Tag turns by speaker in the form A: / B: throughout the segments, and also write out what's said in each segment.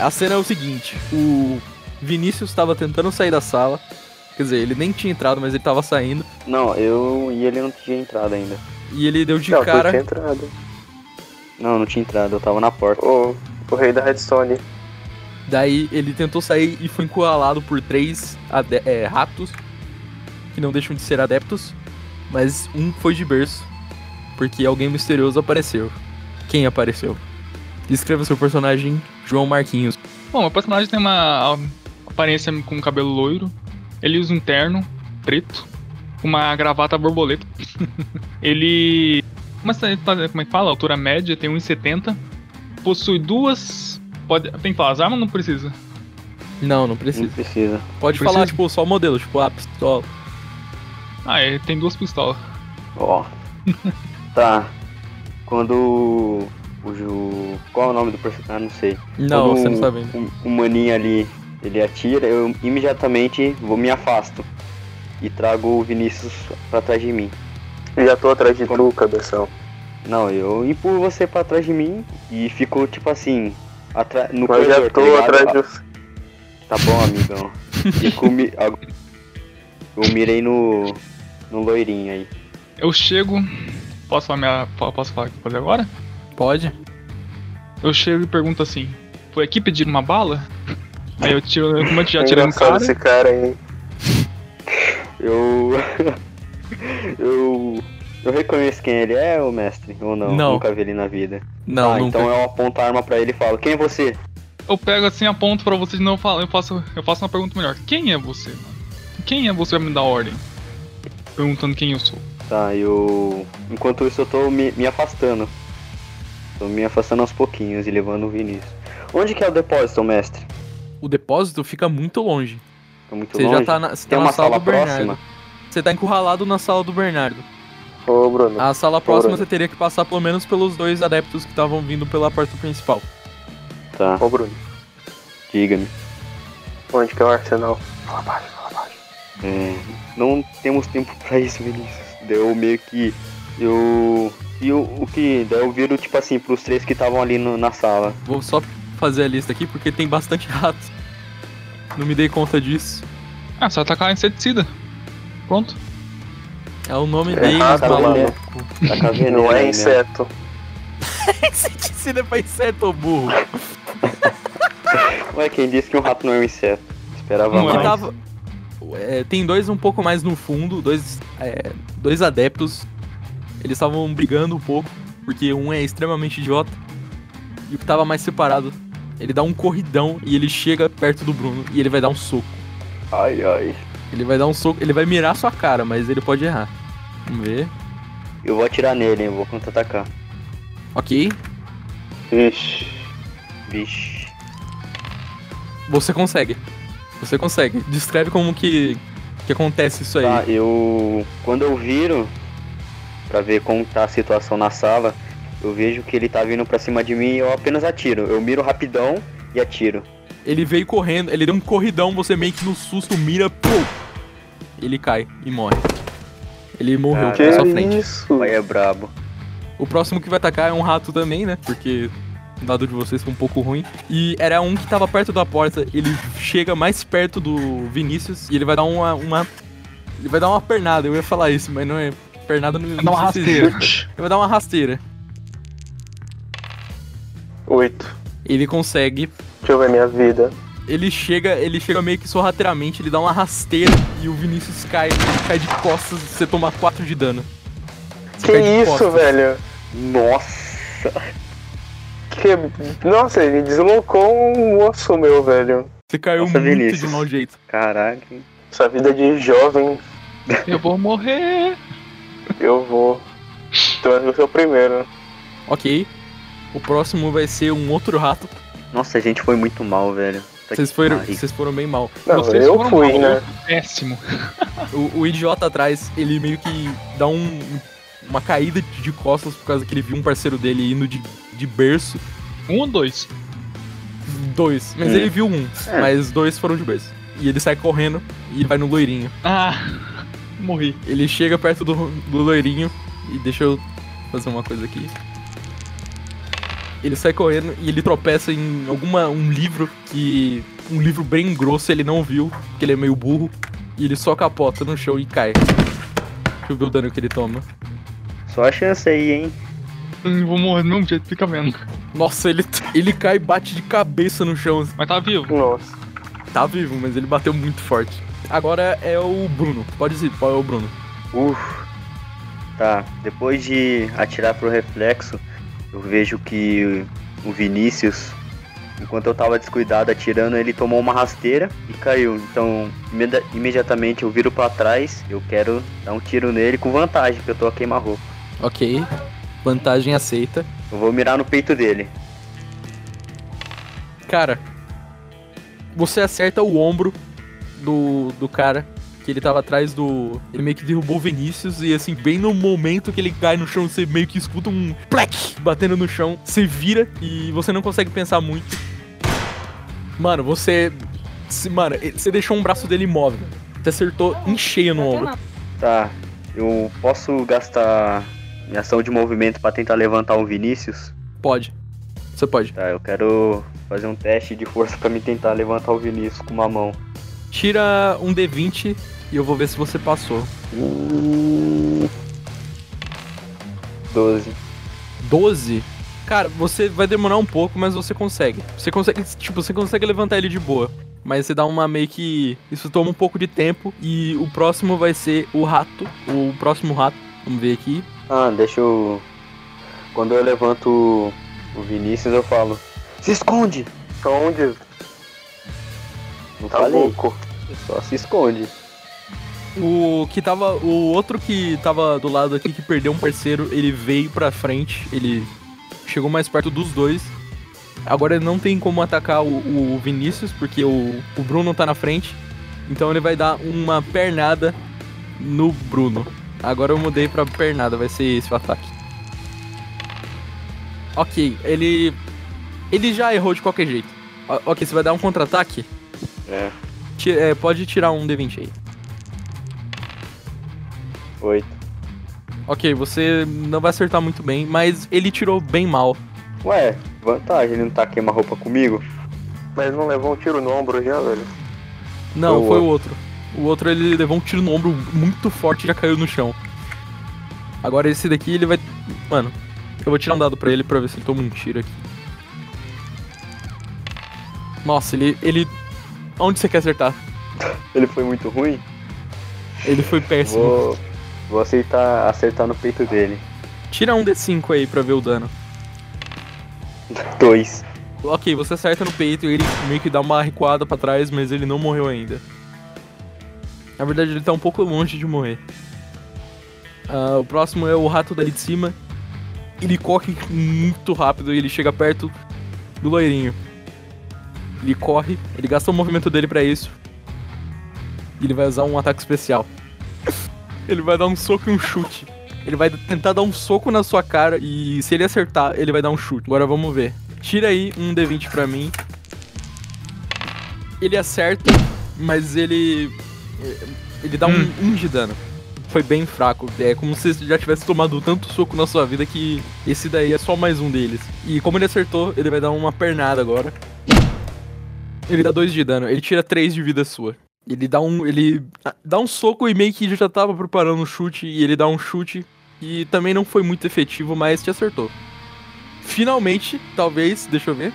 A: A cena é o seguinte: o Vinícius estava tentando sair da sala. Quer dizer, ele nem tinha entrado, mas ele tava saindo.
B: Não, eu e ele não tinha entrado ainda.
A: E ele deu de
C: Não, tu
A: cara.
C: tinha entrado.
B: Não, não tinha entrado, eu tava na porta.
C: O, o rei da Redstone.
A: Daí ele tentou sair e foi encurralado por três ade- é, ratos, que não deixam de ser adeptos, mas um foi de berço, porque alguém misterioso apareceu. Quem apareceu? Descreva seu personagem, João Marquinhos.
D: Bom, o personagem tem uma aparência com cabelo loiro. Ele usa um terno preto, uma gravata borboleta. ele. Uma, cidade- como é que fala? Altura média, tem 1,70. Possui duas. Pode, tem que falar as armas ou não precisa?
A: Não, não
B: Não
A: precisa.
B: precisa.
A: Pode
D: Precisa?
A: falar, tipo, só o modelo, tipo, a pistola.
D: Ah, é, tem duas pistolas.
B: Ó. tá. Quando o. Ju... Qual é o nome do personagem? Ah, não sei.
A: Não,
B: Quando
A: você não
B: um-
A: tá vendo.
B: Um, um maninho ali, ele atira, eu imediatamente vou me afasto. E trago o Vinícius pra trás de mim.
C: Já tô atrás de tu, cabeção.
B: Não, eu empurro você pra trás de mim e fico tipo assim. Atra... No
C: Mas já
B: corredor, tá
C: tô
B: ligado?
C: atrás
B: Ah,
C: dos.
B: Tá bom, amigão. Fico mi... ag- Eu mirei no. no loirinho aí.
D: Eu chego. Posso falar minha. po- Posso falar o que eu vou fazer agora?
A: Pode?
D: Eu chego e pergunto assim: Foi aqui pedir uma bala? Aí eu tiro. Como eu já
C: É
A: um
D: tirei no
C: engraçado
D: cara.
C: esse cara aí.
B: Eu. eu. Eu reconheço quem ele é, o mestre, ou não?
A: Não.
B: Nunca vi ele na vida.
A: Não,
B: ah,
A: nunca.
B: então eu aponto a arma pra ele e falo, quem é você?
D: Eu pego assim, aponto pra vocês não falam, eu faço, eu faço uma pergunta melhor. Quem é você, mano? Quem é você pra me dar ordem? Perguntando quem eu sou.
B: Tá, eu. Enquanto isso eu tô me, me afastando. Tô me afastando aos pouquinhos e levando o Vinícius. Onde que é o depósito, mestre?
A: O depósito fica muito longe.
B: Tô muito
A: Você
B: longe.
A: já tá na, você tá
B: Tem
A: na
B: uma
A: sala,
B: sala
A: do Bernardo.
B: próxima?
A: Você tá encurralado na sala do Bernardo.
C: Ô, Bruno.
A: A sala próxima
C: Bruno.
A: você teria que passar pelo menos pelos dois adeptos que estavam vindo pela porta principal.
B: Tá,
C: Ô, Bruno.
B: diga-me.
C: Onde que é o arsenal?
B: É, não temos tempo pra isso, Vinícius. Daí eu meio que. Eu. E o, o que? Daí eu viro, tipo assim, pros três que estavam ali no- na sala.
A: Vou só fazer a lista aqui porque tem bastante rato. Não me dei conta disso.
D: Ah, só atacar inseticida. Pronto.
A: É o nome
C: É
A: bem
C: rato,
A: maluco.
B: né? Tá com a veneno
C: Não
B: aí,
C: é
B: né?
C: inseto.
A: Inseticida pra inseto, ô burro.
B: Ué, quem disse que um rato não é um inseto? Esperava
D: Não é.
A: Que
B: mais.
A: tava- É, tem dois um pouco mais no fundo, dois, é, dois adeptos. Eles estavam brigando um pouco, porque um é extremamente idiota. E o que tava mais separado, ele dá um corridão e ele chega perto do Bruno e ele vai dar um soco.
B: Ai, ai.
A: Ele vai dar um soco, ele vai mirar a sua cara, mas ele pode errar. Vamos ver.
B: Eu vou atirar nele, hein? Vou contra-atacar.
A: Ok.
C: Ixi.
B: Vixe.
A: Você consegue. Você consegue. Descreve como que, que acontece isso aí.
B: Tá, eu. Quando eu viro, pra ver como tá a situação na sala, eu vejo que ele tá vindo pra cima de mim e eu apenas atiro. Eu miro rapidão e atiro.
A: Ele veio correndo, ele deu um corridão, você meio que no susto mira, pô! Ele cai e morre. Ele morreu
B: Caraca.
C: Que
A: na sua frente.
C: isso?
B: Aí é brabo.
A: O próximo que vai atacar é um rato também, né? Porque o dado de vocês foi um pouco ruim. E era um que tava perto da porta, ele chega mais perto do Vinícius e ele vai dar uma. uma- ele vai dar uma pernada, eu ia falar isso, mas não é. Pernada não, não sei se existe. Ele vai dar uma rasteira.
C: Oito.
A: Ele consegue
C: Deixa eu ver minha vida.
A: Ele chega, ele chega meio que sorrateiramente, ele dá uma rasteira e o Vinícius cai, cai de costas, você toma 4 de dano. Você
C: Que
A: cai de
C: isso,
A: costas.
C: velho?
B: Nossa!
C: Que... Nossa, ele deslocou um osso meu, velho.
A: Você caiu
B: Nossa,
A: muito
B: Vinícius.
A: de mau jeito.
B: Caraca.
C: Essa vida de jovem,
D: Eu vou morrer.
C: eu vou. Então eu sou o primeiro.
A: Ok. O próximo vai ser um outro rato.
B: Nossa, a gente foi muito mal, velho. Tá
A: Vocês
B: que
A: foram,
B: pariu.
A: vocês foram bem mal.
C: Não,
D: Vocês
C: eu
D: foram
C: fui,
D: mal,
C: né?
D: Péssimo.
A: O, o idiota atrás, ele meio que dá um- uma caída de costas por causa que ele viu um parceiro dele indo de, de berço.
D: Um ou dois?
A: Dois. Mas
B: Hum.
A: ele viu um,
B: É.
A: mas dois foram de berço. E ele sai correndo e vai no loirinho.
D: Ah, morri.
A: Ele chega perto do, do loirinho e deixa eu fazer uma coisa aqui. Ele sai correndo e ele tropeça em alguma um livro que um livro bem grosso ele não viu, porque ele é meio burro, e ele só capota no chão e cai. Deixa eu ver o dano que ele toma.
B: Só a chance aí, hein?
D: Eu vou morrer do mesmo jeito, fica vendo.
A: Nossa, ele ele cai e bate de cabeça no chão.
D: Mas tá vivo.
C: Nossa.
A: Tá vivo, mas ele bateu muito forte. Agora é o Bruno. Pode dizer, qual é o Bruno?
B: Uf. Tá, depois de atirar pro reflexo, eu vejo que o Vinícius, enquanto eu tava descuidado atirando, ele tomou uma rasteira e caiu. Então, imeda- imediatamente eu viro pra trás, eu quero dar um tiro nele com vantagem, porque eu tô a queima-roupa.
A: Ok. Vantagem aceita.
B: Eu vou mirar no peito dele.
A: Cara, você acerta o ombro do, do cara que ele tava atrás do. Ele meio que derrubou o Vinícius e assim, bem no momento que ele cai no chão, você meio que escuta um plec batendo no chão, você vira e você não consegue pensar muito. Mano, você. se- Mano, ele- você deixou um braço dele imóvel. Você acertou em cheio no ombro.
B: Tá, eu posso gastar minha ação de movimento pra tentar levantar o Vinícius?
A: Pode. Você pode.
B: Tá, eu quero fazer um teste de força pra me tentar levantar o Vinícius com uma mão.
A: Tira um D20 e eu vou ver se você passou.
B: 12.
A: 12? Cara, você vai demorar um pouco, mas você consegue. Você consegue, tipo, você consegue levantar ele de boa. Mas você dá uma meio que. Isso toma um pouco de tempo. E o próximo vai ser o rato. O próximo rato. Vamos ver aqui.
B: Ah, deixa eu. Quando eu levanto o- o Vinícius, eu falo: Se esconde!
C: Então onde?
B: Não
C: Tá
B: falei,
C: louco.
B: só se esconde.
A: O que tava. O outro que tava do lado aqui, que perdeu um parceiro, ele veio pra frente. Ele chegou mais perto dos dois. Agora ele não tem como atacar o, o Vinícius, porque o, o Bruno tá na frente. Então ele vai dar uma pernada no Bruno. Agora eu mudei pra pernada, vai ser esse o ataque. Ok, ele. Ele já errou de qualquer jeito. O- ok, você vai dar um contra-ataque?
B: É.
A: Ti- é, pode tirar um D20 aí.
B: Oito.
A: Ok, você não vai acertar muito bem, mas ele tirou bem mal.
B: Ué, vantagem, ele não tá queima roupa comigo?
C: Mas não levou um tiro no ombro já, velho?
A: Não,
B: Foi o
A: foi o outro. O outro ele levou um tiro no ombro muito forte e já caiu no chão. Agora esse daqui ele vai. Mano, eu vou tirar um dado pra ele pra ver se ele toma um tiro aqui. Nossa, ele. ele... Onde você quer acertar?
B: Ele foi muito ruim?
A: Ele foi péssimo.
B: Vou. Vou aceitar, acertar no peito dele.
A: Tira um D5 aí pra ver o dano.
B: Dois.
A: Ok, você acerta no peito e ele meio que dá uma recuada pra trás, mas ele não morreu ainda. Na verdade, ele tá um pouco longe de morrer. Ah, o próximo é o rato dali de cima. Ele corre muito rápido e ele chega perto do loirinho. Ele corre, ele gasta o movimento dele pra isso. E ele vai usar um ataque especial. ele vai dar um soco e um chute. Ele vai tentar dar um soco na sua cara e se ele acertar, ele vai dar um chute. Agora vamos ver. Tira aí um D20 pra mim. Ele acerta, mas ele. eh, Ele dá
D: Hum.
A: um 1 de dano. Foi bem fraco. É como se você já tivesse tomado tanto soco na sua vida que esse daí é só mais um deles. E como ele acertou, ele vai dar uma pernada agora. Ele dá 2 de dano. Ele tira 3 de vida sua. Ele dá um. Ele ah, dá um soco e meio que já tava preparando um chute. E ele dá um chute. E também não foi muito efetivo, mas te acertou. Finalmente, talvez, deixa eu ver.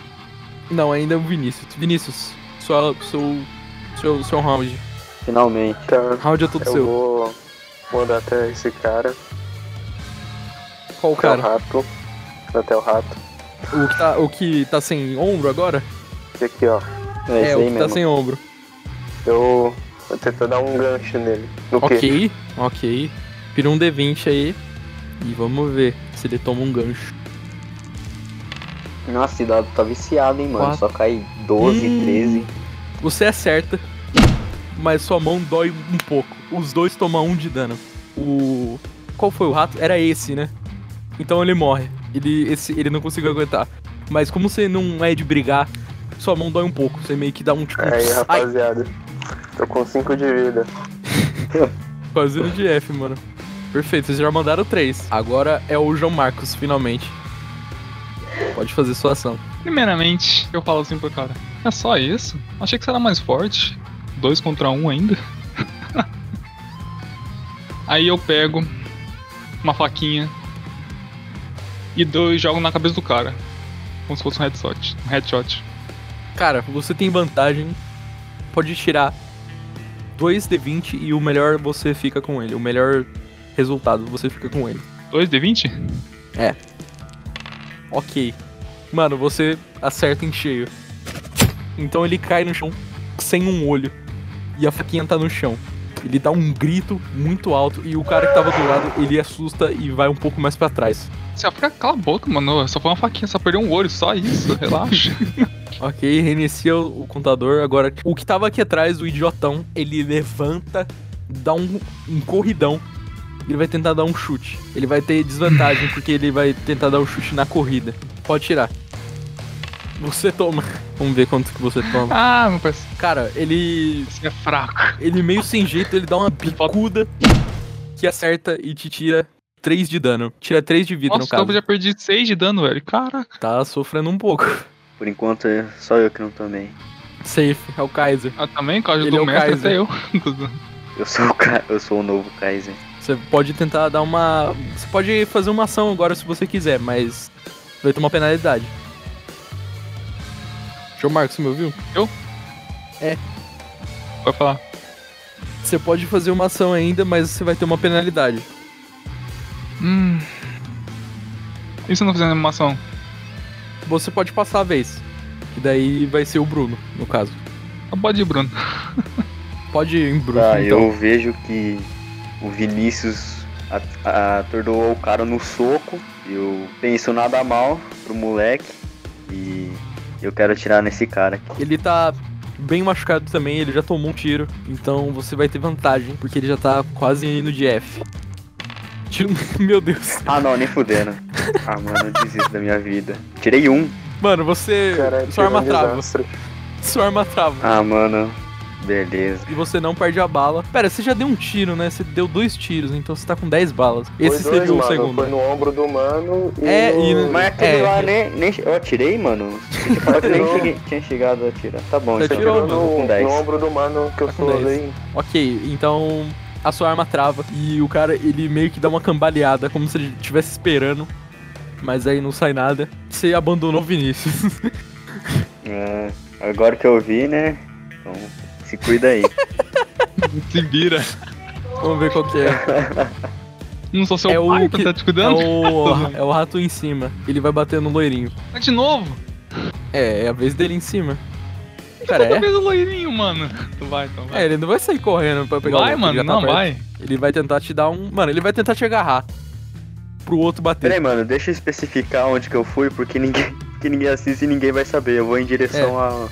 A: Não, ainda é o Vinícius. Vinícius, sua, seu, seu, seu round.
B: Finalmente.
C: Tá.
A: Round é todo
C: Eu
A: seu.
C: vou mandar até esse cara,
A: Qual
C: até é
A: cara?
C: o rato. Até o rato.
A: O que, tá, o que tá sem ombro agora?
C: E aqui, ó.
B: É, isso
A: o
B: aí
A: que tá
B: mesmo.
A: sem ombro.
C: Eu vou tentar dar um gancho nele. No quê?
A: Ok, ok. Vira um D20 aí. E vamos ver se ele toma um gancho.
B: Nossa, o dado tá viciado, hein, mano.
A: Quatro.
B: Só cai 12,
A: Ih.
B: 13.
A: Você acerta, mas sua mão dói um pouco. Os dois tomam um de dano. O. Qual foi o rato? Era esse, né? Então ele morre. Ele, esse, ele não conseguiu aguentar. Mas como você não é de brigar, sua mão dói um pouco. Você meio que dá um tipo.
C: Aí,
A: ai,
C: rapaziada. Tô com 5 de vida.
A: quase no DF, mano. Perfeito, vocês já mandaram três. Agora é o João Marcos, finalmente. Pode fazer sua ação.
D: Primeiramente, eu falo assim pro cara: É só isso? Achei que você era mais forte. Dois contra um ainda. Aí eu pego uma faquinha e dou e jogo na cabeça do cara. Como se fosse um headshot. Um headshot.
A: Cara, você tem vantagem. Pode tirar 2d20 e o melhor você fica com ele. O melhor resultado você fica com ele.
D: 2 de 20?
A: Ok. Mano, você acerta em cheio. Então ele cai no chão sem um olho. E a faquinha tá no chão. Ele dá um grito muito alto e o cara que tava do lado, ele assusta e vai um pouco mais pra trás.
D: Você fica cala a boca, mano. Só foi uma faquinha, só perdeu um olho, só isso. Relaxa.
A: Ok, reinicia o o contador. Agora, o que tava aqui atrás, o idiotão, ele levanta, dá um, um corridão. Ele vai tentar dar um chute. Ele vai ter desvantagem, porque ele vai tentar dar o chute na corrida. Pode tirar. Você toma. Vamos ver quanto que você toma.
D: ah, meu parceiro,
A: Cara, ele.
D: você é fraco.
A: Ele meio sem jeito, ele dá uma bicuda que acerta e te tira 3 de dano. Tira 3 de vida, no
D: Nossa,
A: caso.
D: eu já perdi 6 de dano, velho. Caraca.
A: Tá sofrendo um pouco.
B: Por enquanto é só eu que não tomei.
A: Safe, é o Kaiser.
D: Ah, também, com a ajuda
A: Ele é
D: do
A: o
D: mestre,
A: Kaiser.
D: até eu.
B: Eu sou o, Ka eu sou o novo Kaiser.
A: Você pode tentar dar uma. Você pode fazer uma ação agora se você quiser, mas vai tomar penalidade. João Marcos, você me ouviu?
D: Vai falar.
A: Você pode fazer uma ação ainda, mas você vai ter uma penalidade.
D: Hum. E se eu não fizer animação?
A: Você pode passar a vez. E daí vai ser o Bruno, no caso.
D: Pode ir, Bruno.
A: Pode ir em Bruno,
B: Tá,
A: então.
B: eu vejo que o Vinícius at- atordoou o cara no soco. Eu penso nada mal pro moleque. E eu quero atirar nesse cara.
A: Ele tá bem machucado também, ele já tomou um tiro. Então você vai ter vantagem, porque ele já tá quase indo de F. Tiro... Meu Deus.
B: Ah não, nem fudendo. Ah mano, eu desisto da minha vida. Tirei um.
A: Mano, você.
C: Caralho,
A: sua arma
C: tirou um
A: trava.
C: desastre.
A: Sua arma trava.
B: Ah mano, beleza.
A: E você não perde a bala. Pera, você já deu um tiro, né? Você deu dois tiros, então você tá com 10 balas.
C: Foi
A: Esse
C: dois,
A: seria o
C: mano.
A: segundo.
C: Foi no ombro do mano e.
A: É,
C: no...
A: e no-
B: Mas aquele
A: É.
B: lá nem, nem. Eu atirei, mano. Tinha falado que nem
C: Atirou.
B: cheguei- tinha chegado a atirar. Tá bom,
A: Você
B: então.
A: atirou,
C: Tirou
A: mano.
B: Eu tô
C: no,
B: com
C: no
B: 10.
C: ouro do mano que eu
A: Tá com
C: sou
A: 10.
C: ali.
A: Ok, então a sua arma trava e o cara ele meio que dá uma cambaleada, como se ele estivesse esperando, mas aí não sai nada. Você abandonou o Vinícius.
B: É, agora que eu vi, né? Então, se cuida aí.
D: Se vira.
A: Vamos ver qual que é.
D: Não sou seu
A: É o
D: pai
A: que-
D: pra tá te
A: É
D: cuidando?
A: o, é o rato em cima. Ele vai bater no loirinho.
D: Mas De novo?
A: É, é a vez dele em cima. Cara,
D: Toda
A: é?
D: vez o loirinho, mano. Tu vai, então vai.
A: É, ele não vai sair correndo pra pegar o
D: vai,
A: outro,
D: mano,
A: ele já tá
D: não
A: perto.
D: vai.
A: Ele vai tentar te dar um. Mano, ele vai tentar te agarrar. Pro outro bater.
B: Peraí, mano, deixa eu especificar onde que eu fui, porque ninguém, que ninguém assiste e ninguém vai saber. Eu vou em direção
A: É.
B: ao,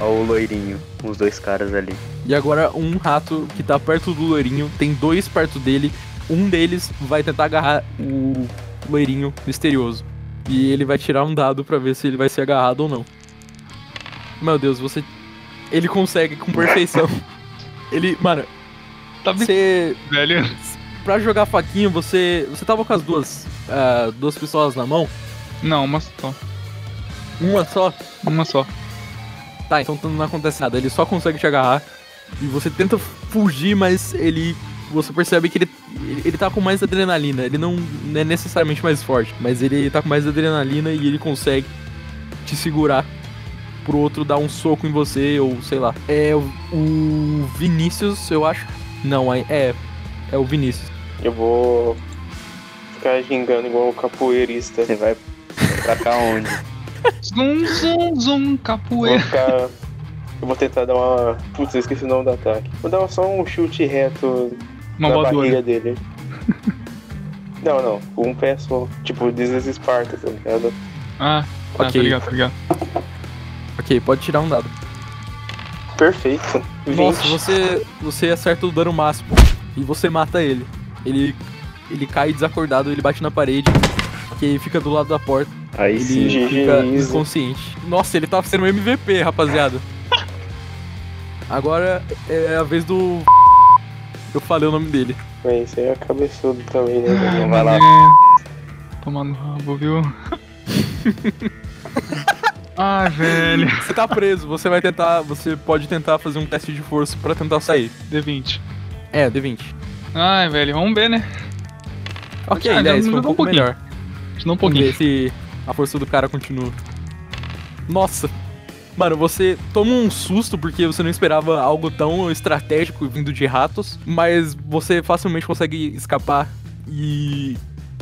B: ao loirinho, com os dois caras ali.
A: E agora um rato que tá perto do loirinho, tem dois perto dele. Um deles vai tentar agarrar o loirinho misterioso. E ele vai tirar um dado pra ver se ele vai ser agarrado ou não. Meu Deus, você. Ele consegue com perfeição. Ele. Mano,
D: Tá bem,
A: você.
D: velho.
A: Pra jogar faquinho, você. Você tava com as duas. ah, duas pistolas na mão?
D: Não, uma só.
A: Uma só?
D: Uma só.
A: Tá, então não acontece nada. Ele só consegue te agarrar. E você tenta fugir, mas ele. Você percebe que ele, ele, ele tá com mais adrenalina. Ele não, não é necessariamente mais forte, mas ele tá com mais adrenalina e ele consegue te segurar pro outro dar um soco em você, ou sei lá. É o, o Vinícius, eu acho. Não, é. É, é o Vinícius.
C: Eu vou ficar gingando igual o capoeirista.
B: Você vai pra cá onde?
D: Zum, zum, zum,
C: Vou
D: capoeira.
C: ficar. Eu vou tentar dar uma. Putz, eu esqueci o nome do ataque. Vou dar só um chute reto
D: Uma
C: na
D: voadora.
C: barriga dele. não, não. Com Um pé só. Tipo, diz as Espartas, tá ligado?
D: Ah, tá,
A: Ok.
D: tá ligado, tá ligado.
A: Ok, pode tirar um dado.
C: Perfeito. 20.
A: Nossa, você, você acerta o dano máximo e você mata ele. Ele, ele cai desacordado, ele bate na parede, que ele fica do lado da porta,
B: Aí
A: ele
B: sim.
C: GG,
A: fica
C: isso.
A: inconsciente. Nossa, ele tá sendo MVP, rapaziada. Agora é a vez do. Eu falei o nome dele.
C: Mas Isso aí é cabeçudo também, né? velho?
B: Vai lá.
D: É. Tomando rabo, viu? Ai, velho.
A: Você tá preso, você vai tentar. Você pode tentar fazer um teste de força pra tentar sair.
D: D20.
A: É, D20.
D: Ai, velho, vamos ver, né?
A: Ok,
D: Ah,
A: 10, foi
D: já
A: um
D: mudou um
A: pouco
D: pouquinho.
A: melhor.
D: Acho não um
A: Vamos
D: pouquinho.
A: ver se a força do cara continua. Nossa! Mano, você toma um susto porque você não esperava algo tão estratégico vindo de ratos, mas você facilmente consegue escapar e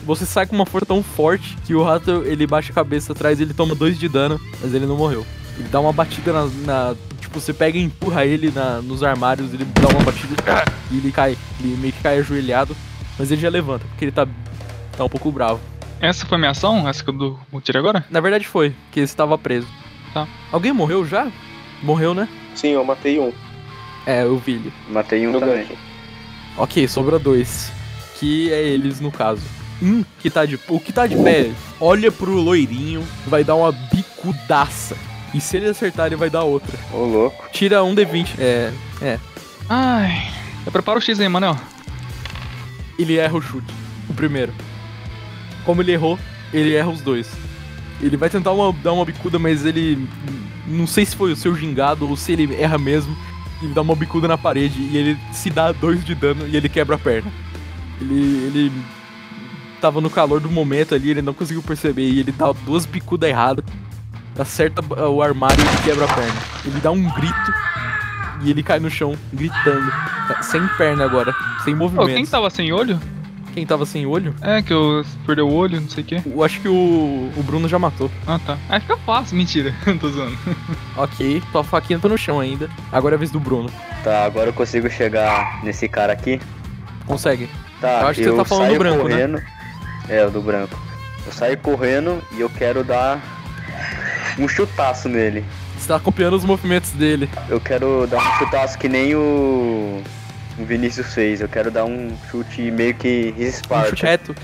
A: você sai com uma força tão forte que o rato ele baixa a cabeça atrás e ele toma dois de dano, mas ele não morreu. Ele dá uma batida na. na- tipo, você pega e empurra ele na- nos armários, ele dá uma batida e ele cai. Ele meio que cai ajoelhado, mas ele já levanta porque ele tá, tá um pouco bravo.
D: Essa foi minha ação? Essa que eu dou- vou tirar agora?
A: Na verdade foi, que ele estava preso.
D: Tá.
A: Alguém morreu já? Morreu, né?
C: Sim, eu matei um
A: É, eu vi ele.
B: Matei um
C: no
B: também.
C: gancho.
A: Ok, sobra dois. Que é eles no caso. Um que tá de. O que tá de pé olha pro loirinho, vai dar uma bicudaça. E se ele acertar, ele vai dar outra.
B: Ô louco.
A: Tira um D20. É.
D: Ai. Eu preparo o X aí, Manel.
A: Ele erra o chute. O primeiro. Como ele errou, ele erra os dois. Ele vai tentar uma- dar uma bicuda, mas ele. Não sei se foi o seu gingado ou se ele erra mesmo. Ele dá uma bicuda na parede e ele se dá dois de dano e ele quebra a perna. Ele. ele. Tava no calor do momento ali, ele não conseguiu perceber e ele dá duas bicudas erradas. Acerta ah, o armário e ele quebra a perna. Ele dá um grito e ele cai no chão, gritando. Sem perna agora, sem
D: Ô,
A: movimento.
D: quem que tava sem olho?
A: Quem tava sem olho?
D: É, que eu perdeu o olho, não sei o quê.
A: Eu acho que o, o Bruno já matou.
D: Ah, tá. Aí fica fácil, mentira. Tô zoando.
A: Ok, tua faquinha tá no chão ainda. Agora é a vez do Bruno.
B: Tá, agora eu consigo chegar nesse cara aqui.
A: Consegue.
B: Tá,
A: Eu acho que você tá falando
B: saio
A: do branco, né?
B: correndo. É, o do branco. Eu saio correndo e eu quero dar um chutaço nele.
A: Você tá copiando os movimentos dele.
B: Eu quero dar um chutaço que nem o, o Vinícius fez. Eu quero dar um chute meio que
A: Um
B: Resparta.
A: chute reto.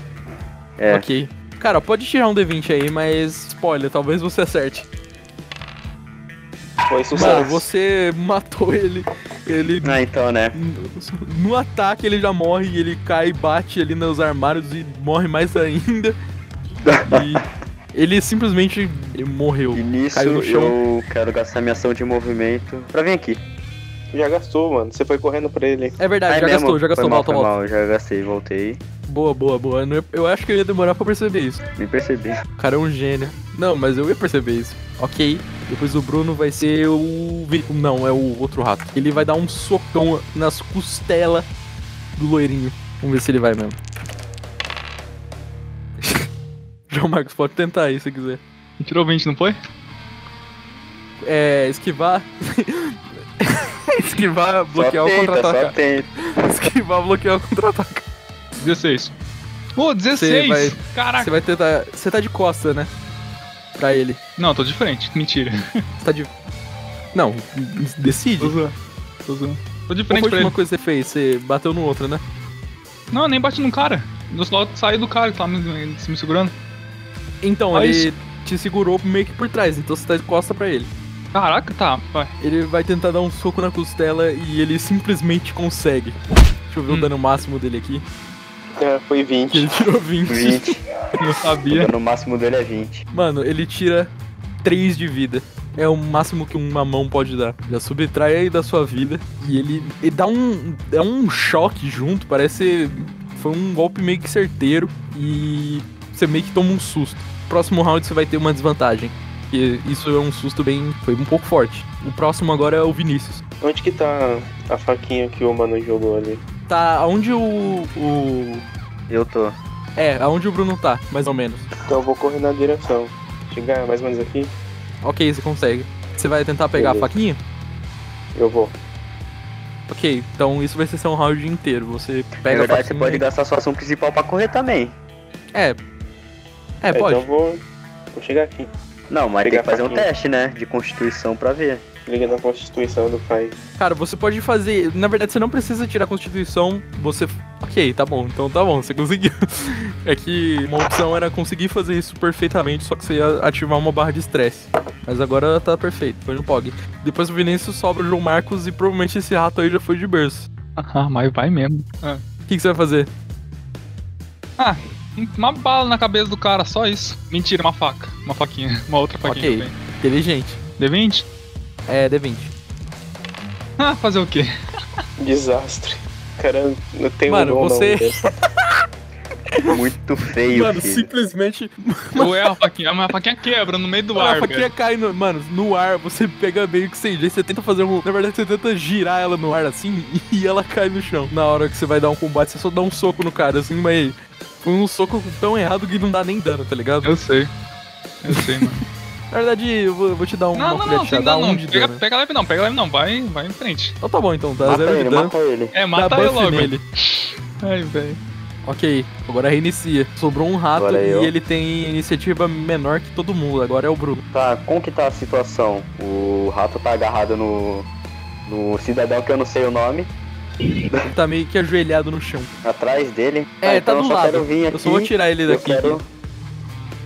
B: É.
A: Ok. Cara, pode tirar um D20 aí, mas spoiler, talvez você acerte.
C: Foi
A: Mano,
C: sucesso.
A: você matou ele. Ele.
B: Ah, então, né?
A: No ataque ele já morre e ele cai, bate ali nos armários e morre mais ainda. E ele simplesmente morreu.
B: E nisso
A: Caiu no chão.
B: eu quero gastar minha ação de movimento pra vir aqui.
C: Já gastou, mano. Você foi correndo pra ele.
A: É verdade,
B: Ah, é
A: já
B: mesmo?
A: gastou, já gastou,
B: Foi mal,
A: volta,
B: foi
A: volta.
B: mal, já gastei, voltei.
A: Boa, boa, boa. Eu não ia- Eu acho que eu ia demorar pra perceber isso.
B: Me percebi.
A: O cara é um gênio. Não, mas eu ia perceber isso. Ok. Depois do Bruno vai ser o. Vi- Não, é o outro rato. Ele vai dar um socão nas costelas do loirinho. Vamos ver se ele vai mesmo. João Marcos, pode tentar aí se quiser.
D: Ele Tirou 20, não foi?
A: É, esquivar. esquivar, bloquear
B: só
A: ou
B: tenta, só
A: contra-atacar.
B: tenta.
A: Esquivar, bloquear ou contra-atacar.
D: 16. Ô, 16!
A: vai-
D: Caraca!
A: Você vai tentar. Você tá de costa, né? Pra ele.
D: Não, tô de frente. Mentira.
A: Você tá de. Não, decide.
D: Tô zoando. Tô zoando. Tô de
A: Qual
D: frente
A: foi a
D: pra ele.
A: última coisa que você fez? Você bateu no outro, né?
D: Não, nem bati no cara. Eu só saí do cara que tava me, me segurando.
A: Então,
D: Ah,
A: ele te segurou meio que por trás, então você tá de costa pra ele.
D: Caraca, tá. Vai.
A: Ele vai tentar dar um soco na costela e ele simplesmente consegue. Deixa eu ver
D: Hum.
A: o dano máximo dele aqui.
C: É, foi
A: Que
C: 20.
A: ele tirou 20.
B: 20.
D: Eu
B: O
D: sabia.
B: dano máximo dele é 20.
A: Mano, ele tira 3 de vida. É o máximo que uma mão pode dar. Já subtrai aí da sua vida. E ele, ele dá um. dá um choque junto. Parece. Foi um golpe meio que certeiro. E você meio que toma um susto. Próximo round você vai ter uma desvantagem. E isso é um susto bem. Foi um pouco forte. O próximo agora é o Vinícius.
C: Onde que tá a faquinha que o mano jogou ali?
A: Tá aonde o. o.
B: Eu tô.
A: É, aonde o Bruno tá, mais ou menos.
C: Então eu vou correr na direção. Chegar mais ou menos aqui,
A: Ok, você consegue. Você vai tentar pegar a
C: Beleza.
A: faquinha?
C: eu vou.
A: Ok, então isso vai ser um round inteiro. Você
B: Na
A: pega a
B: verdade, você
A: faquinha-
B: pode gastar sua ação principal pra correr também.
A: É. É,
C: Então eu
A: pode.
C: vou, vou chegar aqui.
B: Não, mas
C: Pegar
B: tem que fazer um
C: faquinha.
B: teste, né? De constituição pra ver.
C: Liga na constituição do pai.
A: Cara, você pode fazer. Na verdade, você não precisa tirar a constituição. Você. Ok, tá bom. Então tá bom, você conseguiu. é que uma opção era conseguir fazer isso perfeitamente, só que você ia ativar uma barra de estresse. Mas agora tá perfeito, foi no POG. Depois do Vinícius sobra o João Marcos e provavelmente esse rato aí já foi de berço.
D: Ah, mas vai mesmo. Ah.
A: O que, que você vai fazer?
D: Uma bala na cabeça do cara, só isso. Mentira, uma faca. Uma faquinha. Uma outra faquinha
A: Ok.
D: também.
A: Inteligente.
D: D20?
A: É, D20.
D: Ah, fazer o quê?
C: Desastre. Cara, não tem
A: Mano,
C: um dom,
A: você-
C: não. velho.
B: Muito feio,
A: Mano,
B: filho.
A: simplesmente.
D: Ou é a faquinha? Mas a faquinha quebra no meio do
A: Mano,
D: ar,
A: Ah, a faquinha
D: velho.
A: cai no. Mano, no ar, você pega meio que sem jeito, você tenta fazer um. Na verdade, você tenta girar ela no ar assim e ela cai no chão. Na hora que você vai dar um combate, você só dá um soco no cara, assim, mas. Foi um soco tão errado que não dá nem dano, tá ligado?
D: Eu sei. Eu sei, mano.
A: Na verdade, eu vou, eu vou te dar um,
D: Não,
A: uma
D: não, não,
A: flechada,
D: sem
A: dá
D: dano
A: um
D: não.
A: de
D: Pega,
A: dano.
D: pega leve não, pega leve não. Vai, vai em frente.
A: Então tá bom então, dá
B: Mata
A: zero de
B: ele,
A: dano.
B: mata ele.
D: É,
A: Dá
D: mata
A: buff
D: eu logo.
A: nele.
D: Ai, velho.
A: Ok, agora reinicia. Sobrou um rato
B: Agora é
A: e
B: eu.
A: ele tem iniciativa menor que todo mundo. Agora é o Bruno.
B: Tá, como que tá a situação? O rato tá agarrado no. no cidadão que eu não sei o nome.
A: Ele tá meio que ajoelhado no chão.
B: Atrás dele.
A: É,
B: Ah,
A: tá
B: então eu
A: do
B: só
A: lado.
B: quero vir aqui.
A: Eu só vou tirar ele
B: eu
A: daqui.
B: quero-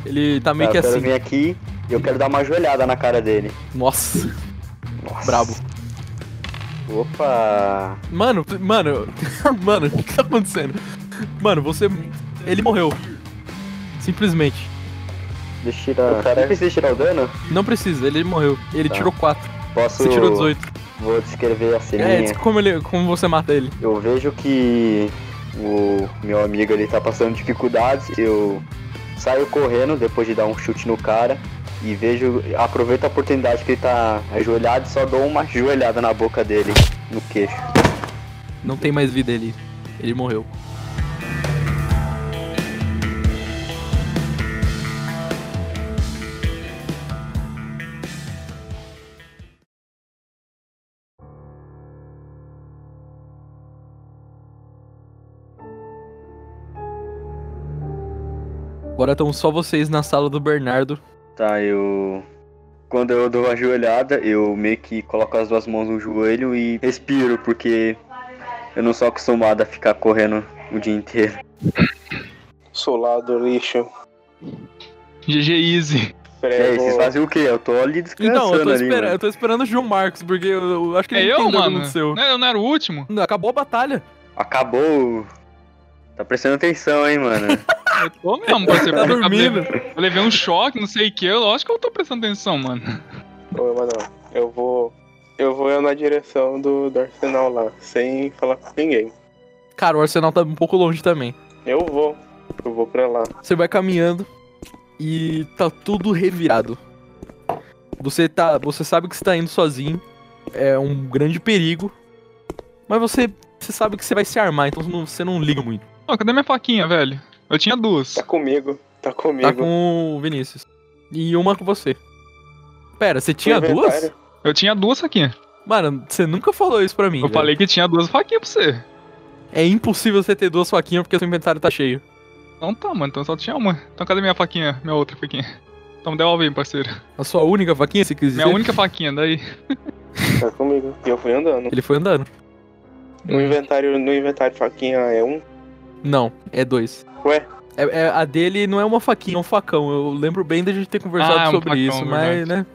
A: Ele tá meio
B: tá,
A: que
B: eu quero
A: assim.
B: vir aqui e eu quero dar uma ajoelhada na cara dele.
A: Nossa,
B: Nossa.
A: brabo.
B: Opa!
A: Mano, tu- mano, mano, o que tá acontecendo? Mano, você. Ele morreu. Simplesmente.
B: Deixa eu tirar.
C: O cara-
B: Eu preciso tirar o dano?
A: Não precisa, ele morreu. Ele
B: Tá.
A: tirou 4.
B: Posso.
A: Você tirou 18.
B: Vou descrever a
A: É,
B: ceninha.
A: diz como, ele, como você mata ele.
B: Eu vejo que o meu amigo ele tá passando dificuldades. Eu saio correndo depois de dar um chute no cara e vejo, aproveito a oportunidade que ele tá ajoelhado e só dou uma joelhada na boca dele, no queixo.
A: Não tem mais vida ele. Ele morreu. Agora estão só vocês na sala do Bernardo.
B: Tá, eu quando eu dou a joelhada, eu meio que coloco as duas mãos no joelho e respiro porque eu não sou acostumado a ficar correndo o dia inteiro.
C: Solado, lixo.
D: GG Easy.
B: E aí, É, vocês
C: Prego.
B: fazem o quê? Eu tô ali descansando
A: Então, eu tô,
B: É ali. né?
A: espera-
B: mano.
A: eu tô esperando o João Marcos, porque eu, eu acho que
D: É
A: ele
D: eu,
A: entendeu o que
D: mano? Né?
A: aconteceu.
D: Não era- Eu não era o último?
A: Acabou a batalha.
B: Acabou. Tá prestando atenção, hein, mano.
D: Eu tô mesmo, parceiro.
A: Tá
D: Eu acabei-
A: dormindo.
D: Eu levei um choque, não sei o que. Eu lógico que eu tô prestando atenção, mano.
C: Ô, mano, eu vou. Eu vou na direção do, do arsenal lá, sem falar com ninguém.
A: Cara, o Arsenal tá um pouco longe também.
C: Eu vou. Eu vou pra lá.
A: Você vai caminhando e tá tudo revirado. Você tá, você sabe que você tá indo sozinho, é um grande perigo, mas você, você sabe que você vai se armar, então não- você não liga muito.
D: Ó, cadê minha faquinha, velho? Eu tinha duas.
C: Tá comigo. Tá comigo.
A: Tá com o Vinícius e uma com você. Pera, você tinha duas?
C: Um Inventário.
D: Eu tinha duas faquinhas.
A: Mano, você nunca falou isso pra mim.
D: Eu
A: velho.
D: falei que tinha duas faquinhas pra você.
A: É impossível você ter duas faquinhas porque seu inventário tá cheio.
D: Então tá, mano. Então só tinha uma. Então cadê minha faquinha? Minha outra faquinha. Então devolve aí, parceiro.
A: A sua única faquinha, você quis dizer?
D: Minha única faquinha, daí.
C: Tá comigo. E eu fui andando.
A: Ele foi andando.
C: No inventário, no inventário faquinha é um.
A: Não, é dois.
C: Ué?
A: É, é- a dele não é uma faquinha, é um facão. Eu lembro bem da gente ter conversado
D: Ah, é um
A: sobre
D: facão,
A: isso, mas, né?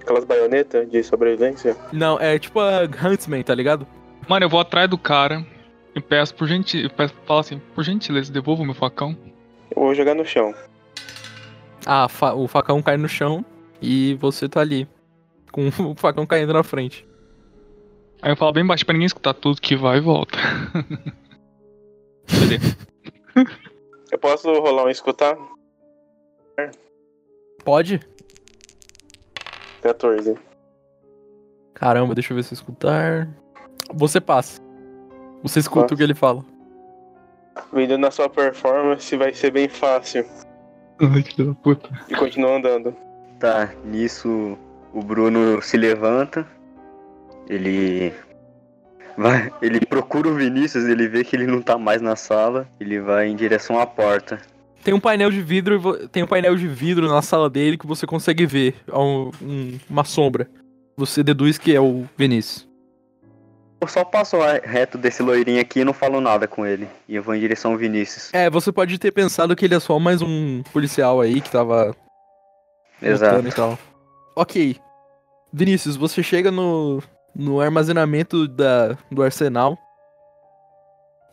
C: Aquelas baionetas de sobrevivência.
A: Não, é tipo a Huntsman, tá ligado?
D: Mano, eu vou atrás do cara e peço por gentileza. Peço, falo assim, por gentileza, devolva o meu facão.
C: Eu vou jogar no chão.
A: Ah, fa- o facão cai no chão e você tá ali. Com o facão caindo na frente.
D: Aí eu falo bem baixo pra ninguém escutar tudo que vai e volta. Cadê?
C: Eu posso rolar um escutar?
A: Pode?
C: 14.
A: Caramba, deixa eu ver se eu escutar. Você passa. Você escuta
C: Passa.
A: o que ele fala.
C: Vindo na sua performance vai ser bem fácil.
D: Ai, que filho da puta.
C: E continua andando.
B: Tá, nisso o Bruno se levanta. Ele. Vai, ele procura o Vinícius, ele vê que ele não tá mais na sala. Ele vai em direção à porta.
A: Tem um painel de vidro e vo- tem um painel de vidro na sala dele que você consegue ver é um- um- uma sombra. Você deduz que é o Vinícius.
B: Eu só passo reto desse loirinho aqui e não falo nada com ele. E eu vou em direção ao Vinícius.
A: É, você pode ter pensado que ele é só mais um policial aí que tava lutando
B: Exato.
A: e tal. Ok. Vinícius, você chega no, no armazenamento da, do arsenal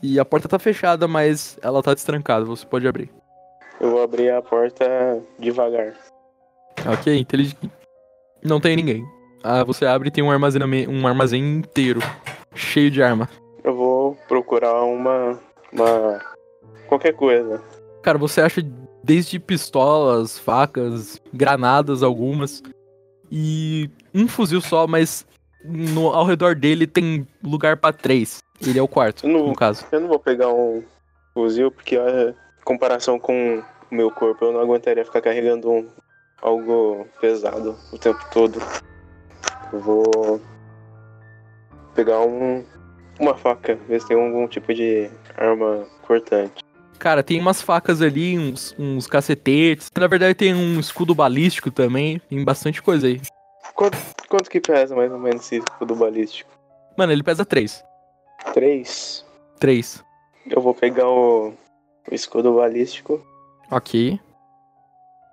A: E a porta tá fechada, mas ela tá destrancada, você pode abrir.
C: Eu vou abrir a porta devagar.
A: Ok, inteligente. Não tem ninguém. Ah, você abre e tem um, armazename- um armazém inteiro, cheio de arma.
C: Eu vou procurar uma. uma. qualquer coisa.
A: Cara, você acha desde pistolas, facas, granadas algumas e um fuzil só, mas no- ao redor dele tem lugar pra três. Ele é o quarto,
C: Eu não-
A: no caso.
C: Eu não vou pegar um fuzil, porque ó, é, em comparação com o meu corpo, eu não aguentaria ficar carregando um, algo pesado o tempo todo. Eu vou pegar um, uma faca, ver se tem algum tipo de arma cortante.
A: Cara, tem umas facas ali, uns, uns cacetetes. Na verdade, tem um escudo balístico também. Tem bastante coisa aí.
C: Quanto, quanto que pesa mais ou menos esse escudo balístico?
A: Mano, ele pesa três.
C: Três.
A: Três.
C: Eu vou pegar o, o escudo balístico.
A: Ok.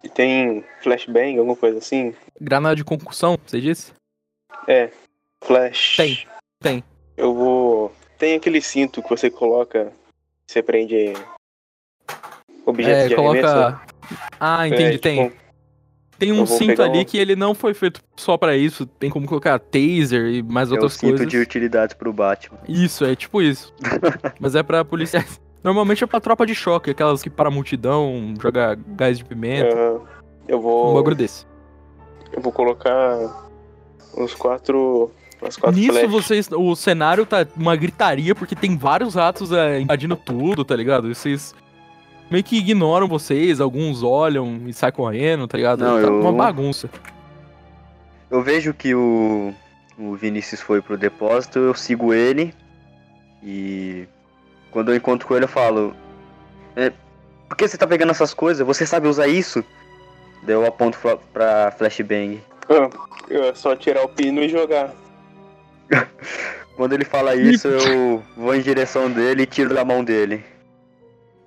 C: E tem flashbang, alguma coisa assim?
A: Granada de concussão, você disse?
C: Flash.
A: Tem, tem.
C: Eu vou. Tem aquele cinto que você coloca, você prende objetos
A: É,
C: de arremesso.
A: coloca. Ah, entendi,
C: É,
A: tem.
C: tipo,
A: Tem
C: eu
A: um
C: vou
A: cinto
C: pegar
A: ali
C: um-
A: que ele não foi feito só pra isso. Tem como colocar taser e mais
B: É um
A: outras
B: cinto
A: coisas.
B: de utilidades pro Batman.
A: Isso, é tipo isso. Mas é pra policiais. Normalmente é pra tropa de choque, aquelas que para a multidão, joga gás de pimenta,
C: ah, eu
A: um
C: vou.
A: bagulho desse.
C: Eu vou colocar uns quatro. Umas quatro
A: Nisso
C: flechas.
A: vocês. O cenário tá uma gritaria, porque tem vários ratos é, invadindo tudo, tá ligado? E vocês meio que ignoram vocês, alguns olham e saem correndo, tá ligado?
B: Não,
A: tá
B: eu-
A: uma bagunça.
B: Eu vejo que o, o Vinícius foi pro depósito, eu sigo ele. E quando eu encontro com ele, eu falo: "É, Por que você tá pegando essas coisas? Você sabe usar isso? Daí eu aponto fla- pra flashbang.
C: Ah, é só tirar o pino e jogar.
B: Quando ele fala isso, eu vou em direção dele e tiro da mão dele.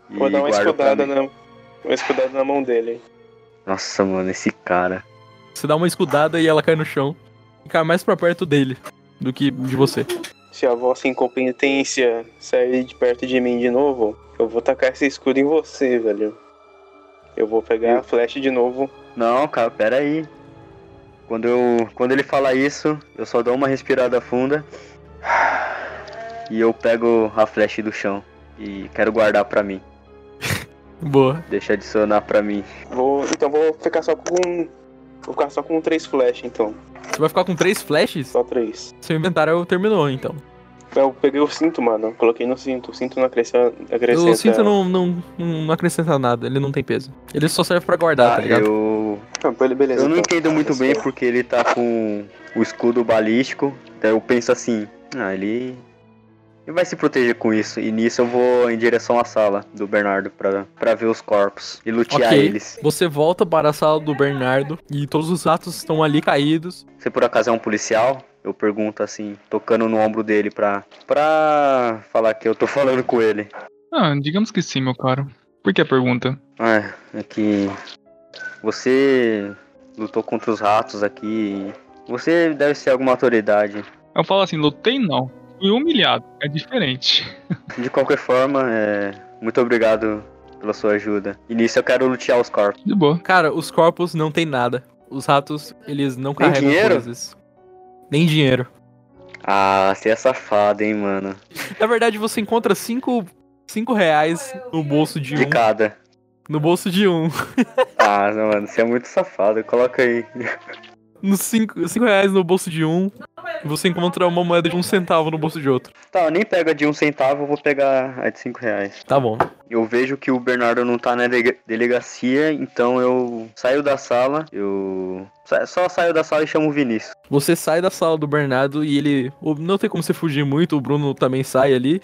B: E
C: vou dar uma
B: guardo pra
C: escudada
B: mim.
C: na. Uma escudada na mão dele.
B: Nossa, mano, esse cara.
A: Você dá uma escudada e ela cai no chão. E cai mais pra perto dele do que de você.
C: Se a vossa incompetência sair de perto de mim de novo, eu vou tacar esse escudo em você, velho. Eu vou pegar a flecha de novo.
B: Não, cara, pera aí. Quando, eu, quando ele fala isso, eu só dou uma respirada funda. E eu pego a flecha do chão. E quero guardar pra mim.
A: Boa.
B: Deixa adicionar pra mim.
C: Vou, então vou ficar só com. um, Vou ficar só com três flash, então.
A: Você vai ficar com três flashes?
C: Só três.
A: Seu inventário terminou, então.
C: Eu peguei o cinto, mano. eu Coloquei no cinto. O cinto não acrescenta.
A: O
C: acrescenta.
B: é
A: cinto não, não, não acrescenta nada, ele não tem peso. Ele só serve pra guardar, tá
B: Ah,
A: ligado?
B: eu,
C: Ah, be- beleza,
B: eu não
C: então.
B: entendo muito bem
C: Beleza.
B: porque ele tá com o escudo balístico. Daí eu penso assim: ah, ele. Ele vai se proteger com isso. E nisso eu vou em direção à sala do Bernardo pra, pra ver os corpos e lutear
A: Ok.
B: eles.
A: Você volta para a sala do Bernardo e todos os ratos estão ali caídos.
B: Você por acaso é um policial? Eu pergunto assim, tocando no ombro dele pra, pra falar que eu tô falando com ele.
D: Ah, digamos que sim, meu caro. Por que a pergunta?
B: Ah, é que você lutou contra os ratos aqui. Você deve ser alguma autoridade.
D: Eu falo assim, lutei não. Fui humilhado. É diferente.
B: De qualquer forma, é, muito obrigado pela sua ajuda. E nisso eu quero lutear os corpos.
D: De boa.
A: Cara, os corpos não tem nada. Os ratos, eles não carregam
B: dinheiro?
A: coisas. Nem dinheiro.
B: Ah, você é safado, hein, mano.
A: Na verdade, você encontra cinco, cinco reais no bolso de
B: De
A: um.
B: cada.
A: No bolso de um.
B: Ah, não, mano, você é muito safado. Coloca aí.
A: Nos cinco, cinco reais no bolso de um. E você encontra uma moeda de um centavo no bolso de outro.
B: Tá, eu nem pego a de um centavo, eu vou pegar a de cinco reais.
A: Tá bom.
B: Eu vejo que o Bernardo não tá na dele- delegacia, então eu saio da sala, eu sa- só saio da sala e chamo o Vinícius.
A: Você sai da sala do Bernardo e ele. o- Não tem como você fugir muito, o Bruno também sai ali.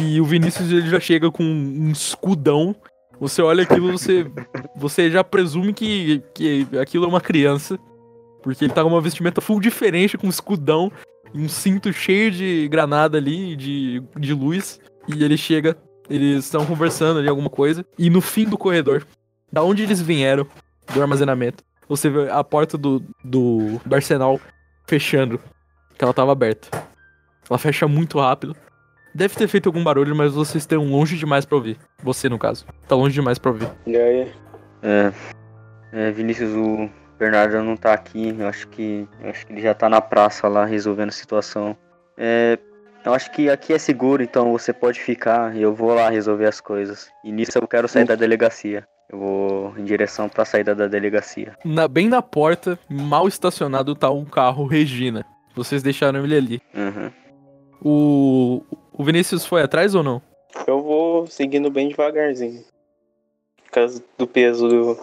A: E o Vinícius ele já chega com um escudão. Você olha aquilo, você, você já presume que, que aquilo é uma criança. Porque ele tá com uma vestimenta full diferente, com um escudão, e um cinto cheio de granada ali, de, de luz. E ele chega, eles estão conversando ali alguma coisa. E no fim do corredor, da onde eles vieram, do armazenamento, você vê a porta do, do, do arsenal fechando. Que ela tava aberta. Ela fecha muito rápido. Deve ter feito algum barulho, mas vocês estão longe demais pra ouvir. Você, no caso. Tá longe demais pra ouvir.
C: E aí,
B: É, é, Vinícius, o Bernardo não tá aqui. Eu acho que, eu acho que ele já tá na praça lá resolvendo a situação. É, eu acho que aqui é seguro, então você pode ficar e eu vou lá resolver as coisas. E nisso eu quero sair da delegacia. Eu vou em direção pra saída da delegacia.
A: Na, bem na porta, mal estacionado, tá um carro Regina. Vocês deixaram ele ali.
B: Uhum.
A: O, o Vinícius foi atrás ou não?
C: eu vou seguindo bem devagarzinho. Por causa do peso do.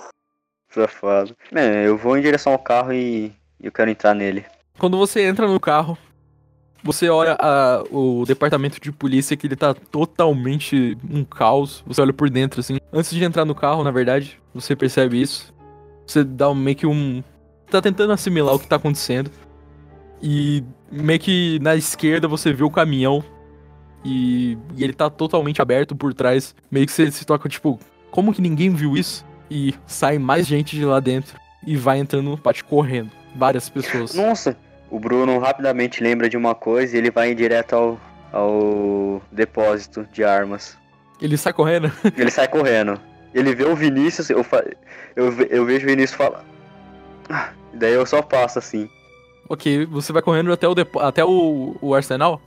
B: Safado. É, eu vou em direção ao carro e e eu quero entrar nele.
A: Quando você entra no carro, você olha a- o departamento de polícia que ele tá totalmente um caos. Você olha por dentro, assim. Antes de entrar no carro, na verdade, você percebe isso. Você dá um- meio que um. Tá tentando assimilar o que tá acontecendo. E meio que na esquerda você vê o caminhão. E, e ele tá totalmente aberto por trás. Meio que você se toca, tipo, como que ninguém viu isso? E sai mais gente de lá dentro e vai entrando no pátio correndo. Várias pessoas.
B: Nossa! O Bruno rapidamente lembra de uma coisa e ele vai em direto ao, ao depósito de armas.
A: Ele sai correndo.
B: Ele sai correndo. Ele vê o Vinícius, eu, fa... eu, ve- eu vejo o Vinícius falar. Daí eu só passo assim.
A: Ok, você vai correndo até o, depo- até o, o arsenal?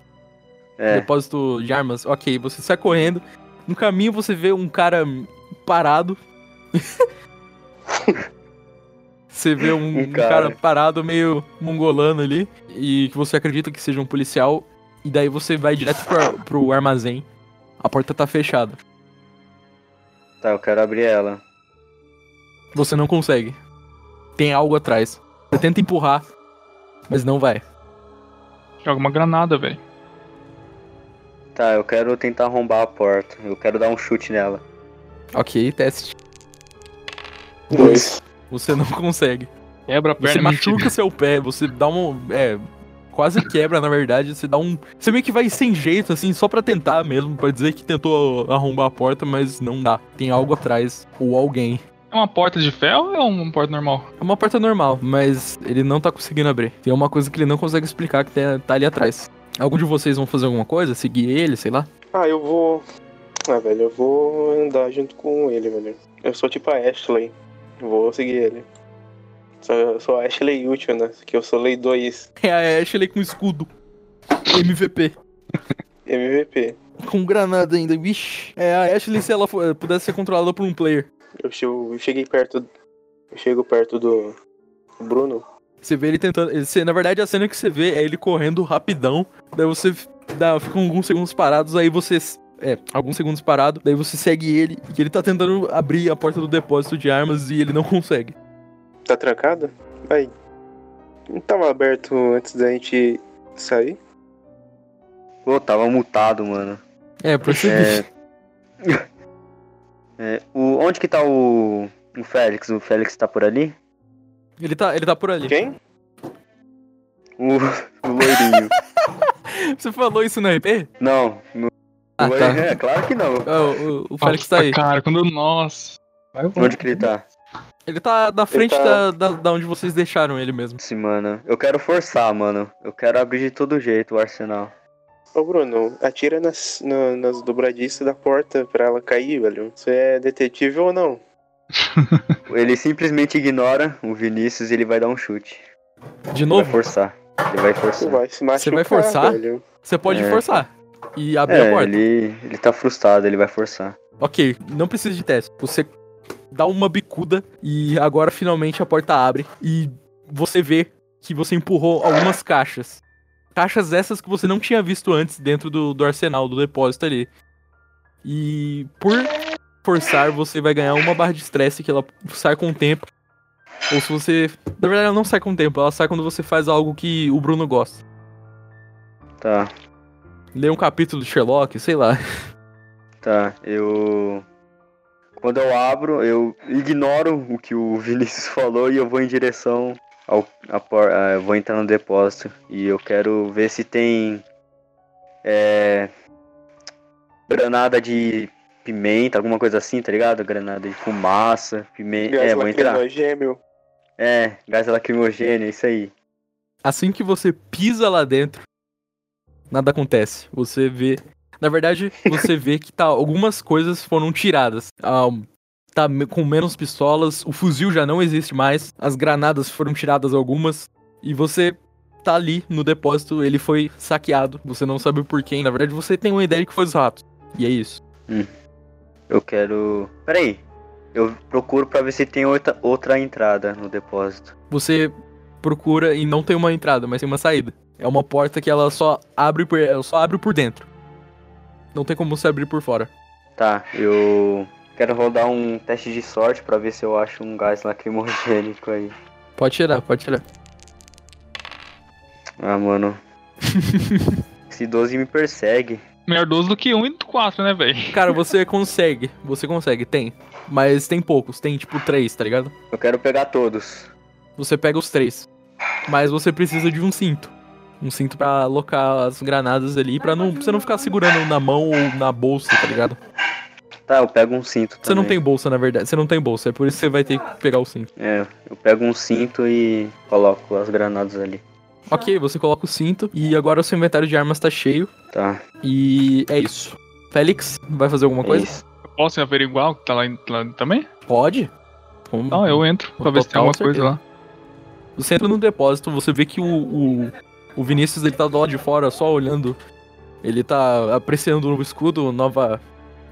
B: É.
A: Depósito de armas? Ok, você sai correndo. No caminho você vê um cara parado. você vê um,
B: Um
A: um cara.
B: cara.
A: parado, meio mongolano ali. E que você acredita que seja um policial. E daí você vai direto pra, pro armazém. A porta tá fechada.
B: Tá, eu quero abrir ela.
A: Você não consegue. Tem algo atrás. Você tenta empurrar, mas não vai.
D: Joga uma granada, velho.
B: Tá, eu quero tentar arrombar a porta. Eu quero dar um chute nela.
A: Ok, teste.
C: Dois.
A: Você não consegue.
D: Quebra a
A: Você
D: perna,
A: machuca
D: mentira.
A: seu pé, você dá um. É. Quase quebra, na verdade. Você dá um. Você meio que vai sem jeito, assim, só pra tentar mesmo. Pra dizer que tentou arrombar a porta, mas não dá. Tem algo atrás. Ou alguém.
D: É uma porta de ferro ou é uma porta normal?
A: É uma porta normal, mas ele não tá conseguindo abrir. Tem uma coisa que ele não consegue explicar que tá- tá ali atrás. Algum de vocês vão fazer alguma coisa? Seguir ele, sei lá?
C: Ah, eu vou. Ah, velho, eu vou andar junto com ele, velho. Eu sou tipo a Ashley. Vou seguir ele. Só, eu sou a Ashley útil, né? Que eu sou Lei 2
A: É a Ashley com escudo. MVP.
C: MVP.
A: Com granada ainda, vixe. É a Ashley se ela for- pudesse ser controlada por um player.
C: Eu che- eu cheguei perto. Eu chego perto do Bruno.
A: Você vê ele tentando. ele- você- na verdade, a cena que você vê é ele correndo rapidão. Daí você f- dá, fica alguns segundos parados, aí você. s- É, alguns segundos parado, daí você segue ele, e ele tá tentando abrir a porta do depósito de armas e ele não consegue.
C: Tá trancado? Aí. Não tava aberto antes da gente sair?
B: Pô, tava mutado, mano.
A: É, por isso
B: É.
A: que-
B: É, o... Onde que tá o. O Félix? O Félix tá por ali?
A: ele tá, ele tá por ali.
C: Quem?
B: O, o loirinho.
A: Você falou isso na IP?
B: não. No...
A: Ah,
B: o
A: tá.
B: loirinho, é claro que não.
A: Ah, o, o Félix tá aí.
D: Cara, quando. Nossa. Vai, vai.
B: Onde que ele tá?
A: Ele tá na frente da,
C: tá-
A: da, da onde vocês deixaram ele mesmo.
B: Sim, mano. Eu quero forçar, mano. Eu quero abrir de todo jeito o arsenal.
C: Ô Bruno, atira nas, na- nas dobradiças da porta pra ela cair, velho. Você é detetive ou não?
B: Ele simplesmente ignora o Vinícius e ele vai dar um chute.
A: De
B: Ele
A: novo,
B: vai forçar. Ele vai
C: Você
B: forçar.
C: vai se machucar,
A: Você vai forçar?
C: velho.
A: você pode
B: É.
A: forçar e abrir a
B: É,
A: porta.
B: ele, ele tá frustrado, ele vai forçar.
A: Ok, não precisa de teste. Você dá uma bicuda e agora finalmente a porta abre e você vê que você empurrou algumas caixas. Caixas essas que você não tinha visto antes dentro do, do arsenal, do depósito ali. E por forçar, você vai ganhar uma barra de estresse que ela sai com o tempo. Ou se você. Na verdade, ela não sai com o tempo, ela sai quando você faz algo que o Bruno gosta.
B: Tá,
A: Lê um capítulo de Sherlock, sei lá.
B: tá. Eu. Quando eu abro, eu ignoro o que o Vinícius falou e eu vou em direção ao. à por- ah, eu vou entrar no depósito. E eu quero ver se tem. É. Granada de pimenta, alguma coisa assim, tá ligado? Granada de fumaça, pimenta.
C: Gás
B: É, vou entrar.
C: lacrimogêneo.
B: É, gás lacrimogêneo, isso aí.
A: Assim que você pisa lá dentro, nada acontece. Você vê. Na verdade, você vê que tá, algumas coisas foram tiradas. Ah, tá me- com menos pistolas, o fuzil já não existe mais, as granadas foram tiradas algumas, e você tá ali no depósito, ele foi saqueado, você não sabe por quem. Na verdade, você tem uma ideia de que foi os ratos. E é isso.
B: Eu quero. Peraí. Eu procuro pra ver se tem outra, outra entrada no depósito.
A: Você procura e não tem uma entrada, mas tem uma saída. É uma porta que ela só abre por, ela só abre por dentro. Não tem como você abrir por fora.
B: Tá, eu quero rodar um teste de sorte pra ver se eu acho um gás lacrimogênico aí.
A: Pode tirar, pode tirar.
B: Ah, mano. Esse 12 me persegue.
D: Melhor 12 do que 1 e 4, né, velho?
A: Cara, você consegue. Você consegue, tem. Mas tem poucos, tem tipo três, tá ligado?
B: Eu quero pegar todos.
A: Você pega os três. Mas você precisa de um cinto. Um cinto pra alocar as granadas ali, pra não, pra você não ficar segurando na mão ou na bolsa, tá ligado?
B: Tá, eu pego um cinto.
A: Você não
B: também.
A: tem bolsa, na verdade. Você não tem bolsa, é por isso que você vai ter que pegar o cinto.
B: É, eu pego um cinto e coloco as granadas ali.
A: Ok, você coloca o cinto e agora o seu inventário de armas tá cheio.
B: Tá.
A: E é isso. Félix, vai fazer alguma
B: é
A: coisa?
B: isso.
D: Posso averiguar o que tá lá, em- lá também?
A: Pode. Como-
D: Não, eu entro pra ver se tem
A: Uhum. total
D: alguma coisa lá.
A: Você entra no depósito, você vê que o, o, o Vinícius ele tá do lado de fora só olhando. Ele tá apreciando o novo escudo, nova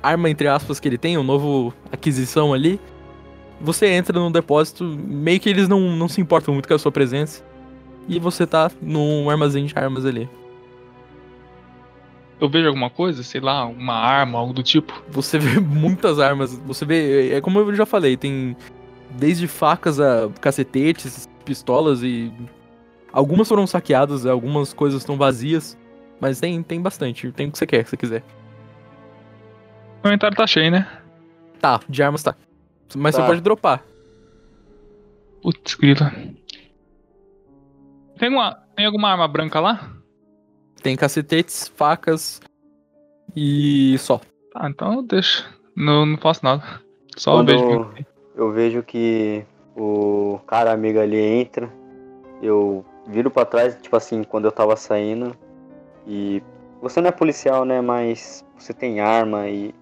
A: arma, entre aspas, que ele tem, um novo aquisição ali. Você entra no depósito, meio que eles não, não se importam muito com a sua presença. E você tá num armazém de armas ali.
D: Eu vejo alguma coisa, sei lá, uma arma, algo do tipo.
A: Você vê muitas armas. Você vê. É como eu já falei, tem desde facas a cacetetes, pistolas e. Algumas foram saqueadas, algumas coisas estão vazias. Mas tem, tem bastante. Tem o que você quer, se você quiser.
D: Meu inventário tá cheio, né?
A: Tá, de armas tá. Mas
B: Tá.
A: você pode dropar.
D: Putz, grila. Tem, uma, tem alguma arma branca lá?
A: Tem cacetetes, facas. E só.
D: Tá, então eu deixo. Não, não faço nada. Só um
B: Quando
D: vejo.
B: eu vejo que o cara amigo ali entra, eu viro pra trás, tipo assim, quando eu tava saindo. E você não é policial, né? Mas você tem arma e.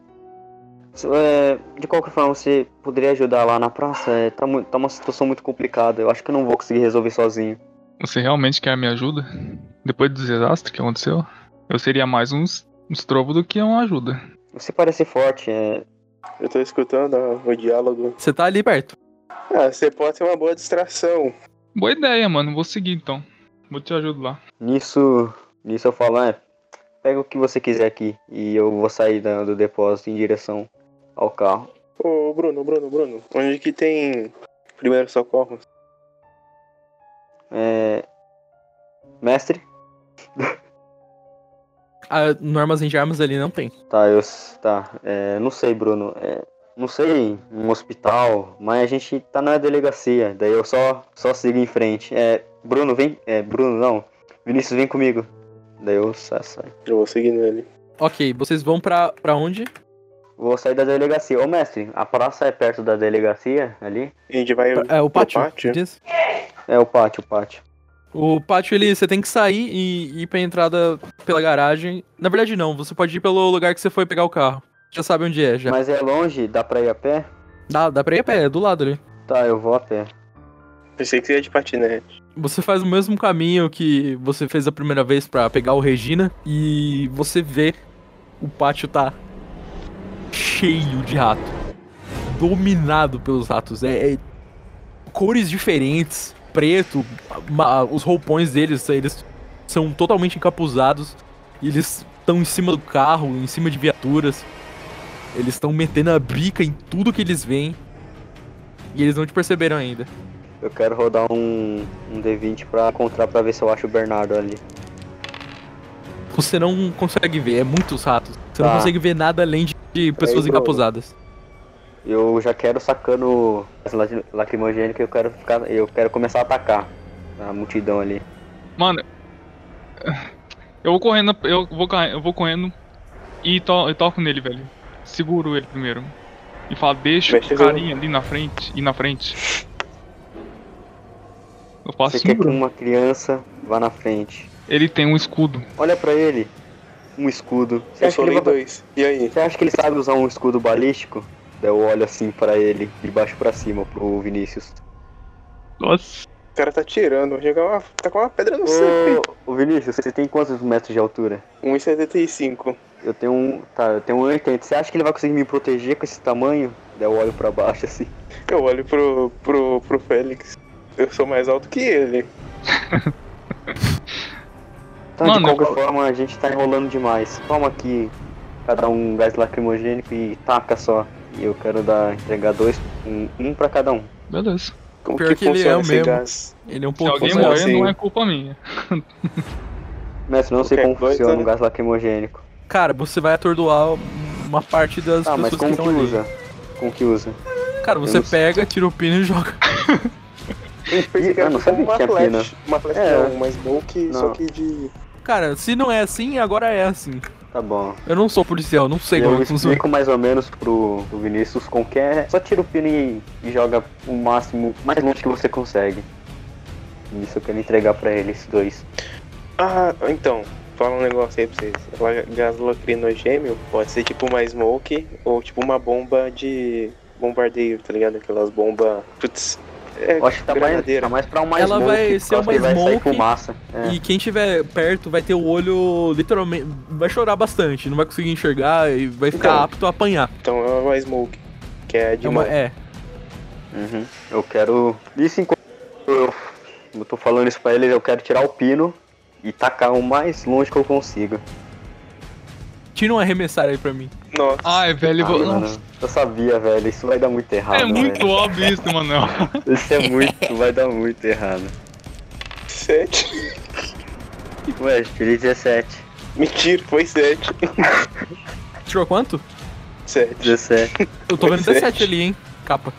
B: So- é, de qualquer forma, você poderia ajudar lá na praça? É, tá, mu- tá uma situação muito complicada. Eu acho que eu não vou conseguir resolver sozinho.
D: Você realmente quer a minha ajuda? Depois do desastre que aconteceu, eu seria mais uns, uns trovos do que uma ajuda.
B: Você parece forte, é,
C: Eu tô escutando ah, o diálogo.
A: Você tá ali perto.
C: Ah, você pode ser uma boa distração.
D: Boa ideia, mano. Vou seguir então. Vou te ajudar lá.
B: Nisso, nisso eu falo, é, pega o que você quiser aqui e eu vou sair da- do depósito em direção ao carro.
C: Ô, Bruno, Bruno, Bruno. Onde que tem primeiro socorro?
B: É, mestre,
A: Ah, no armazém de armas ali não tem.
B: tá, eu, s- tá, é, não sei, Bruno, é, não sei, um hospital, mas a gente tá na delegacia, daí eu só, só sigo em frente. É, Bruno, vem, é, Bruno, não, Vinícius, vem comigo. Daí eu sa- saio.
C: Eu vou seguir nele.
A: Ok, vocês vão pra, pra onde?
B: Vou sair da delegacia. Ô, mestre, a praça é perto da delegacia ali?
C: A gente vai.
A: Pra- é, o pátio?
C: pátio?
A: Diz?
B: É o pátio, o pátio.
A: O pátio, ele, você tem que sair e ir pra entrada pela garagem. Na verdade, não, você pode ir pelo lugar que você foi pegar o carro. Já sabe onde é, já.
B: Mas é longe, dá pra ir a pé?
A: Dá, dá pra ir a pé, é do lado ali.
B: Tá, eu vou a pé.
C: Pensei que você ia de né? patinete.
A: Você faz o mesmo caminho que você fez a primeira vez pra pegar o Regina e você vê o pátio tá cheio de rato. Dominado pelos ratos. É, é cores diferentes, preto, ma- os roupões deles, eles são totalmente encapuzados. E eles estão em cima do carro, em cima de viaturas. Eles estão metendo a brica em tudo que eles veem. E eles não te perceberam ainda.
B: Eu quero rodar um, um D20 pra encontrar pra ver se eu acho o Bernardo ali.
A: Você não consegue ver, é muitos ratos. Você não
B: Tá.
A: consegue ver nada além de- de pessoas
C: Bruno.
A: encapuzadas.
B: Eu já quero sacando as lac- lacrimogênicas, eu quero ficar. Eu quero começar a atacar a multidão ali.
D: Mano, eu vou correndo, eu vou, ca- eu vou correndo e to, eu toco nele, velho. Seguro ele primeiro. E falo, deixa
C: Mexe
D: o
C: no-
D: carinha ali na frente, e na frente. Eu faço
B: Você quer que
D: isso.
B: uma criança vá na frente.
D: Ele tem um escudo.
B: Olha pra ele. um escudo. Você
C: Eu
B: acha, que ele
C: solei
B: vai...
C: dois. E aí?
B: Você acha que ele sabe usar um escudo balístico? Daí eu olho assim pra ele, de baixo pra cima, pro Vinícius.
D: Nossa.
C: O cara tá tirando. Vai jogar uma. Tá com uma pedra no
A: Ah.
C: seu.
B: Ô, ô Vinícius, você tem quantos metros de altura?
C: 1,75.
B: Eu tenho um. Tá, eu tenho um 80. Você acha que ele vai conseguir me proteger com esse tamanho? Daí eu olho pra baixo assim.
C: Eu olho pro, pro, pro Félix. Eu sou mais alto que ele.
B: Tá,
D: Mano,
B: de qualquer
D: eu-
B: forma, a gente tá enrolando demais. Toma aqui cada um gás lacrimogênico e taca só. E eu quero dar, entregar dois, um, um pra cada um.
D: Beleza.
C: Como
A: Pior que ele
C: funciona
A: é
C: esse
A: mesmo.
C: gás?
A: Ele é um
D: Se
A: pouco.
D: alguém
C: funciona
D: morrer,
C: assim.
D: não é culpa minha.
B: Mestre, não sei
C: Qualquer
B: como
C: coisa,
B: funciona
C: né?
B: o gás lacrimogênico.
A: Cara, você vai atordoar uma parte das
B: Tá, mas
A: pessoas que
B: como que,
A: estão ali.
B: usa? Como que usa?
A: Cara, você
B: não sei.
A: pega, tira o pino e joga.
C: Eu pensei que
B: Eu
C: era
B: não
C: tipo
B: sabia
C: uma
B: que tinha
C: flash. Uma flash
B: É.
C: não, mas bulk, só
B: Não.
C: que de.
A: Cara, se não é assim, agora é assim.
B: Tá bom.
A: Eu não sou policial, não sei
B: eu
A: como é funciona.
B: explico mais ou menos pro, pro Vinícius como que é. Só tira o pino e, e joga o máximo, mais longe que você consegue. Isso eu quero entregar pra ele, esses dois.
C: Ah, então, fala um negócio aí pra vocês. Ela- Gás lacrimogêneo pode ser tipo uma smoke ou tipo uma bomba de bombardeio, tá ligado? Aquelas bombas. Putz. É,
B: Eu acho que tá mais,
C: granadeira.
B: tá mais pra uma
A: Ela
B: smoke.
A: vai
B: por
A: ser
B: causa
A: uma
B: que vai sair
A: smoke
B: fumaça. É.
A: E quem tiver perto vai ter o olho literalmente. Vai chorar bastante, não vai conseguir enxergar e vai ficar
C: Então.
A: apto a apanhar.
C: Então é uma smoke. Que é de
A: É, uma-
C: mão.
A: é.
B: Uhum. Eu quero. Isso enquanto eu, eu tô falando isso pra eles, eu quero tirar o pino e tacar o mais longe que eu consiga.
A: Tira um arremessar aí pra mim.
C: Nossa.
D: Ai, velho, vou...
B: Ah, mano,
D: Nossa,
B: eu sabia, velho, isso vai dar muito errado.
D: é muito
B: velho.
D: óbvio isso, Manuel.
B: Isso é muito, vai dar muito errado.
C: Sete.
B: Ué, tirei 17.
C: Mentira, foi sete.
A: Tirou quanto?
C: Sete.
B: 17.
A: Eu tô vendo
C: Pois é.
A: 17 ali, hein? Capa.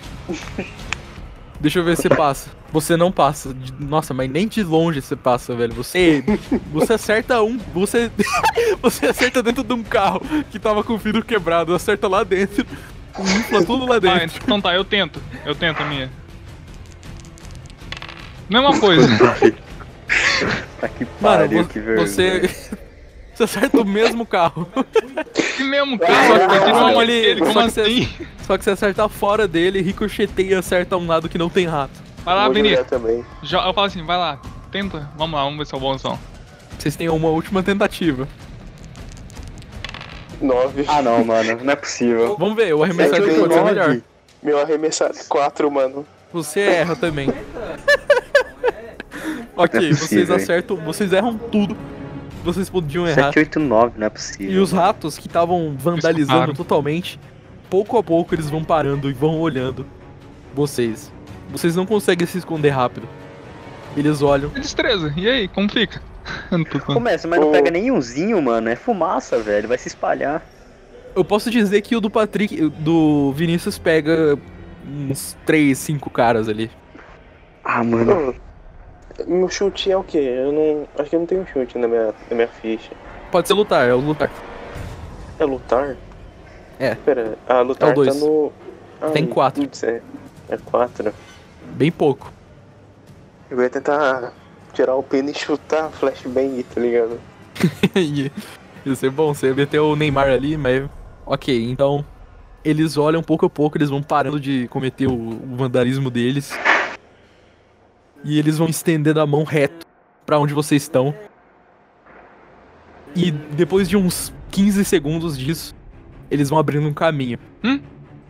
A: Deixa eu ver se passa. Você não passa. De- Nossa, mas nem de longe você passa, velho. Você. Você acerta um. Você. Você acerta dentro de um carro que tava com o vidro quebrado. Acerta lá dentro. Infla tudo lá
D: Ah,
A: dentro.
D: então tá, eu tento. Eu tento a minha. Mesma coisa.
B: Tá que
A: Mano,
B: pariu,
A: vo-
B: que vergonha.
A: você. Você acerta o mesmo carro.
D: E mesmo
A: Só
D: cara,
A: que
D: eu
A: você-
D: tiro uma
A: só
D: mão
A: que-
D: dele,
A: só
D: como
A: que você-
D: assim?
A: Só que você acertar fora dele, ricocheteia e acerta um lado que não tem rato.
D: Vai lá,
C: Vou
D: Vinícius.
C: jogar também.
D: Jo- Eu falo assim, vai lá, tenta. Vamos lá, vamos ver se é o bonzão.
A: Vocês têm uma última tentativa.
C: Nove.
B: Ah não, mano, não é possível.
A: Vamos ver, o
B: Sete,
A: arremessar
C: Sete,
A: dele
B: oito,
A: pode ser
B: nove.
A: melhor.
C: Meu arremessado é quatro, mano.
A: Você erra também. ok,
B: Não é
A: vocês
B: possível, hein? é
A: acertam, vocês erram tudo. Vocês podiam errar.
B: 7, 8, 9, não é possível.
A: E os
B: mano.
A: ratos que estavam vandalizando
D: Escutaram.
A: totalmente, pouco a pouco eles vão parando e vão olhando vocês. Vocês não conseguem se esconder rápido. Eles olham.
D: É destreza, e aí, como fica? Não tô falando.
B: Começa, mas não
C: Ô.
B: pega nenhumzinho, mano. É fumaça, velho. Vai se espalhar.
A: Eu posso dizer que o do Patrick, do Vinícius pega uns 3, 5 caras ali.
B: Ah, mano.
C: Ô, Meu chute é o quê? Eu não. Acho que eu não tenho chute na minha, na minha ficha.
A: Pode ser lutar, é o lutar.
C: É lutar?
A: É.
C: Pera, a lutar
A: É o dois.
C: tá no. Ah,
A: Tem quatro.
C: putz, é, é quatro.
A: Bem pouco.
C: Eu ia tentar tirar o pino e chutar flashbang, tá ligado?
A: E Ia ser bom, você ia meter o Neymar ali, mas. Ok, então. Eles olham pouco a pouco, eles vão parando de cometer o, o vandalismo deles. E eles vão estendendo a mão reto pra onde vocês estão. E depois de uns 15 segundos disso, eles vão abrindo um caminho.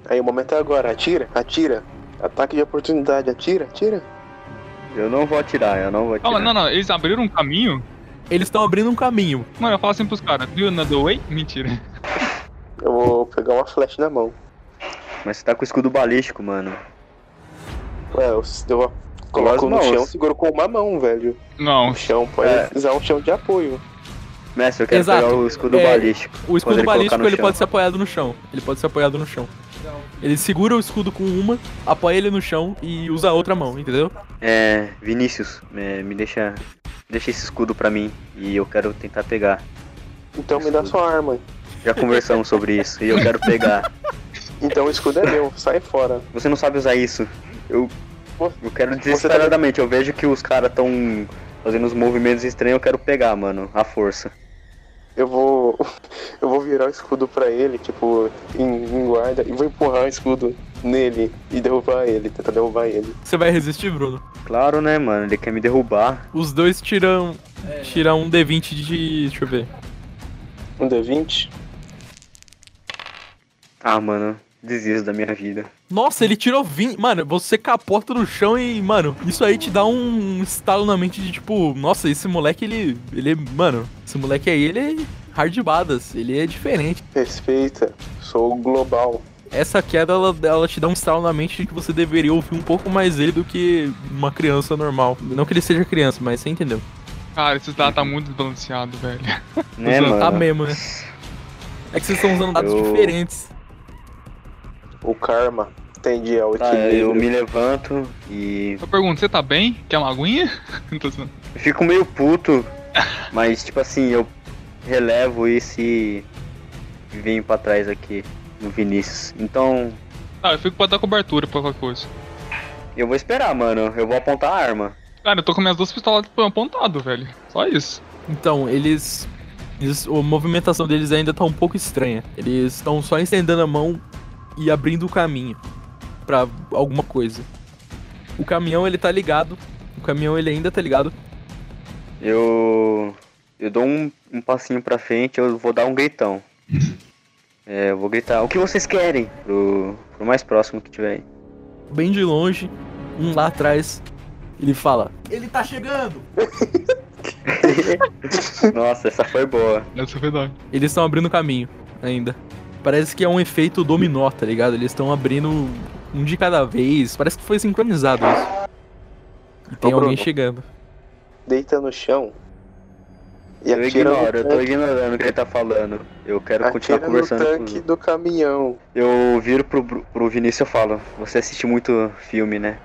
C: Aí o momento é agora, atira, atira. Ataque de oportunidade, atira, atira.
B: Eu não vou atirar, eu não vou atirar.
D: Calma, não, não, eles abriram um caminho.
A: Eles estão abrindo um caminho.
D: Mano, eu falo assim pros caras, viu another way? Mentira.
C: Eu vou pegar uma flash na mão.
B: Mas você tá com o escudo balístico, mano.
C: Ué, É, eu, eu
B: as
C: coloco no
B: mãos.
C: chão, seguro com uma mão, velho.
D: Não,
C: O chão pode
B: É.
C: usar um chão de apoio.
B: Mestre, eu quero
A: Exato.
B: pegar o escudo
A: É,
B: balístico.
A: O escudo
B: ele colocar
A: balístico
B: no
A: ele
B: chão.
A: pode ser apoiado no chão. Ele pode ser apoiado no chão. Ele segura o escudo com uma, apoia ele no chão e usa a outra mão, entendeu?
B: É, Vinícius, é, me deixa. Deixa esse escudo pra mim e eu quero tentar pegar.
C: Então me dá sua arma.
B: Já conversamos sobre isso e eu quero pegar.
C: Então o escudo é meu, sai fora.
B: Você não sabe usar isso. Eu. Eu quero
C: tá-
B: desesperadamente. Eu vejo que os caras tão fazendo uns movimentos estranhos, eu quero pegar, mano. A força.
C: Eu vou. Eu vou virar o escudo pra ele, tipo, em, em guarda, e vou empurrar o escudo nele e derrubar ele, tentar derrubar ele.
A: Você vai resistir, Bruno?
B: Claro, né, mano? Ele quer me derrubar.
A: Os dois tiram, tiram um D20 de. Deixa eu ver.
C: Um D20?
B: Ah, mano, desisto da minha vida.
A: Nossa, ele tirou 20. Mano, você capota no chão e, mano, isso aí te dá um estalo na mente de tipo, nossa, esse moleque, ele. Ele, mano, esse moleque aí, ele é hard badas, ele é diferente.
C: Respeita, sou global.
A: Essa queda, ela, ela te dá um estalo na mente de que você deveria ouvir um pouco mais ele do que uma criança normal. Não que ele seja criança, mas você entendeu.
D: Cara, esse dado tá muito desbalanceado, velho.
B: Né,
A: Usando- Tá
B: mano?
A: mesmo, né? É que vocês estão usando dados
B: Eu-
A: diferentes.
C: O karma tende ao
B: Tá, eu
C: equilíbrio.
B: me levanto e
D: Eu pergunto, você tá bem? Quer uma aguinha? Não tô zoando.
B: eu fico meio puto, mas tipo assim, eu relevo isso e venho pra trás aqui no Vinícius. Então,
D: Cara, eu fico pra dar cobertura pra qualquer coisa.
B: eu vou esperar, mano. Eu vou apontar a arma.
D: Cara, eu tô com minhas duas pistolas tipo, apontado, velho. Só isso.
A: Então, eles. eles- a movimentação deles ainda tá um pouco estranha. Eles estão só estendendo a mão e abrindo o caminho pra alguma coisa. O caminhão ele tá ligado. O caminhão ele ainda tá ligado.
B: Eu. Eu dou um, um passinho pra frente, eu vou dar um gritão. É, eu vou gritar, o que vocês querem? Pro, pro mais próximo que tiver aí.
A: Bem de longe, um lá atrás, ele fala: Ele tá chegando!
B: Nossa, essa foi boa.
D: Essa é a verdade.
A: Eles estão abrindo o caminho ainda. Parece que é um efeito dominó, tá ligado? Eles estão abrindo um de cada vez. Parece que foi sincronizado isso. E tem
C: Ô,
A: alguém
C: Bruno.
A: chegando.
C: Deita no chão. E
B: Eu
C: atira no
B: ignoro, eu tô
C: tanque-
B: ignorando o que ele tá falando. Eu quero continuar
C: atira no
B: conversando com
C: tanque do caminhão.
B: Eu viro pro, Bru- pro Vinícius e eu falo, você assiste muito filme, né?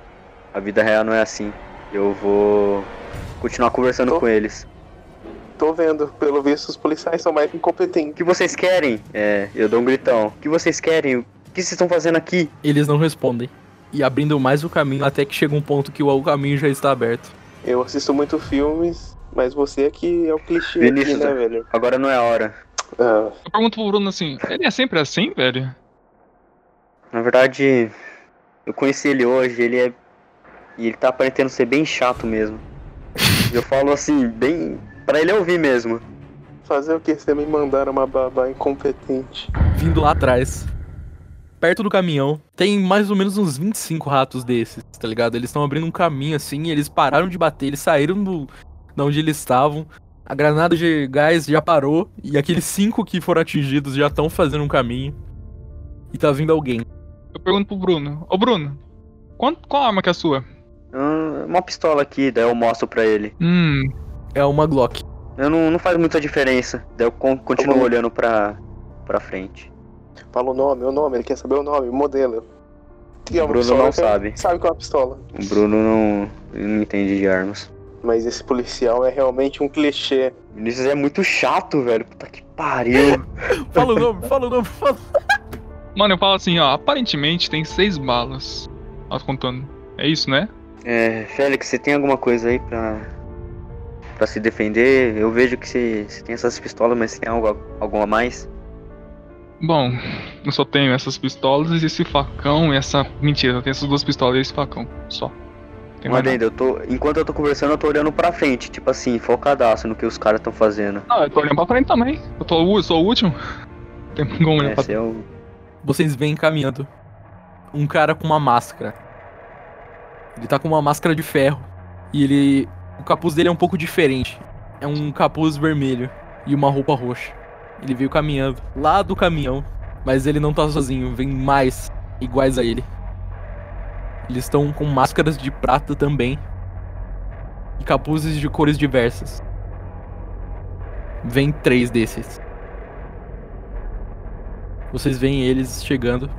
B: A vida real não é assim. Eu vou continuar conversando
C: Tô.
B: com eles.
C: Tô vendo, pelo visto os policiais são mais
B: O
C: incompetentes.
B: que vocês querem? É, eu dou um gritão. O que vocês querem? O que vocês estão fazendo aqui?
A: Eles não respondem. E abrindo mais o caminho até que chega um ponto que o caminho já está aberto.
C: Eu assisto muito filmes, mas você que é o clichê
B: Vinícius,
C: aqui, né,
B: é.
C: velho?
B: Agora não é a hora.
C: Ah,
D: Eu pergunto pro Bruno assim, ele é sempre assim, velho?
B: Na verdade, eu conheci ele hoje, ele é. E ele tá parecendo ser bem chato mesmo. Eu falo assim, bem. pra ele ouvir mesmo.
C: fazer o que? Você me mandaram uma babá incompetente.
A: Vindo lá atrás, perto do caminhão, tem mais ou menos uns 25 ratos desses, tá ligado? Eles estão abrindo um caminho assim, e eles pararam de bater, eles saíram do, de onde eles estavam. A granada de gás já parou, e aqueles cinco que foram atingidos já estão fazendo um caminho. E tá vindo alguém.
D: Eu pergunto pro Bruno. Ô Bruno, quant- qual arma que é a sua?
B: Hum, Uma pistola aqui, daí eu mostro pra ele.
D: Hum,
A: É uma Glock.
B: Eu não, não faz muita diferença. Daí eu con- continuo
C: bom.
B: olhando pra, pra frente.
C: Fala o nome, o nome, ele quer saber o nome, o modelo. Que é
B: O
C: uma
B: Bruno
C: pistola,
B: não
C: eu quero-
B: sabe.
C: Sabe que é uma pistola.
B: O Bruno não, ele não entende de armas.
C: Mas esse policial é realmente um clichê.
B: O Vinícius é muito chato, velho. Puta que pariu.
A: Fala o nome, fala o nome, fala.
D: mano, eu falo assim, ó, aparentemente tem seis balas. Ela contando. É isso, né?
B: É, Félix, você tem alguma coisa aí pra, pra se defender? Eu vejo que você, você tem essas pistolas, mas você tem algo, alguma a mais?
D: Bom, eu só tenho essas pistolas e esse facão e essa. Mentira, eu tenho essas duas pistolas e esse facão. Só. Tem mais
B: Manda
D: nada.
B: ainda, eu tô. Enquanto eu tô conversando, eu tô olhando pra frente, tipo assim, focadaço no que os caras estão fazendo.
D: Não, eu tô olhando pra frente também. Eu tô, eu sou o último. Tem como olhar
B: É,
D: pra
B: você é o-
A: Vocês vêm caminhando. Um cara com uma máscara. Ele tá com uma máscara de ferro. E ele. O capuz dele é um pouco diferente. É um capuz vermelho e uma roupa roxa. Ele veio caminhando lá do caminhão. Mas ele não tá sozinho, vem mais iguais a ele. Eles estão com máscaras de prata também. E capuzes de cores diversas. Vem três desses. Vocês veem eles chegando.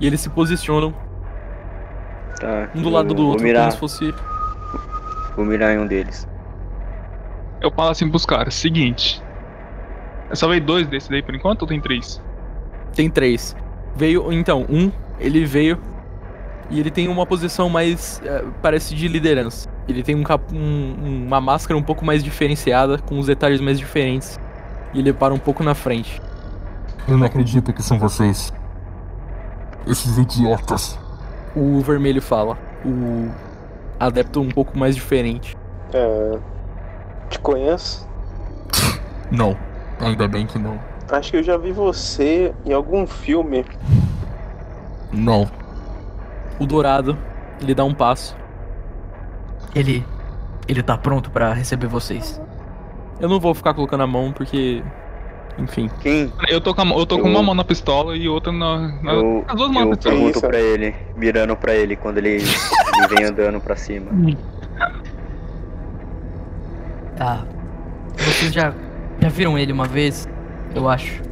A: E eles se posicionam
B: tá,
A: um do lado
B: eu
A: do outro,
B: Vou mirar,
A: como se fosse.
B: vou mirar em um deles.
D: Eu falo assim pros caras, seguinte. Eu salvei dois desses daí por enquanto ou tem três?
A: Tem três. Veio, então, um, ele veio. E ele tem uma posição mais. eh, parece de liderança. Ele tem um cap- um- um- uma máscara um pouco mais diferenciada, com os detalhes mais diferentes. e ele para um pouco na frente.
E: Eu não acredito que são vocês. Esses idiotas.
A: O vermelho fala. O adepto um pouco mais diferente.
C: É... Te conheço?
E: Não. Ainda bem que não.
C: Acho que eu já vi você em algum filme.
E: Não.
A: O dourado, ele dá um passo.
F: Ele. Ele tá pronto pra receber vocês.
A: Eu não vou ficar colocando a mão porque. Enfim.
B: Quem?
D: Eu tô com, a mão- eu tô com
B: Eu-
D: uma mão na pistola e outra na.
A: Ah.
D: na-
B: Eu,
D: as duas mãos na
B: eu
D: pistola.
B: pergunto
C: Isso.
B: pra ele, mirando pra ele quando ele, ele vem andando pra cima.
F: Tá. Vocês já, já viram ele uma vez? Eu acho.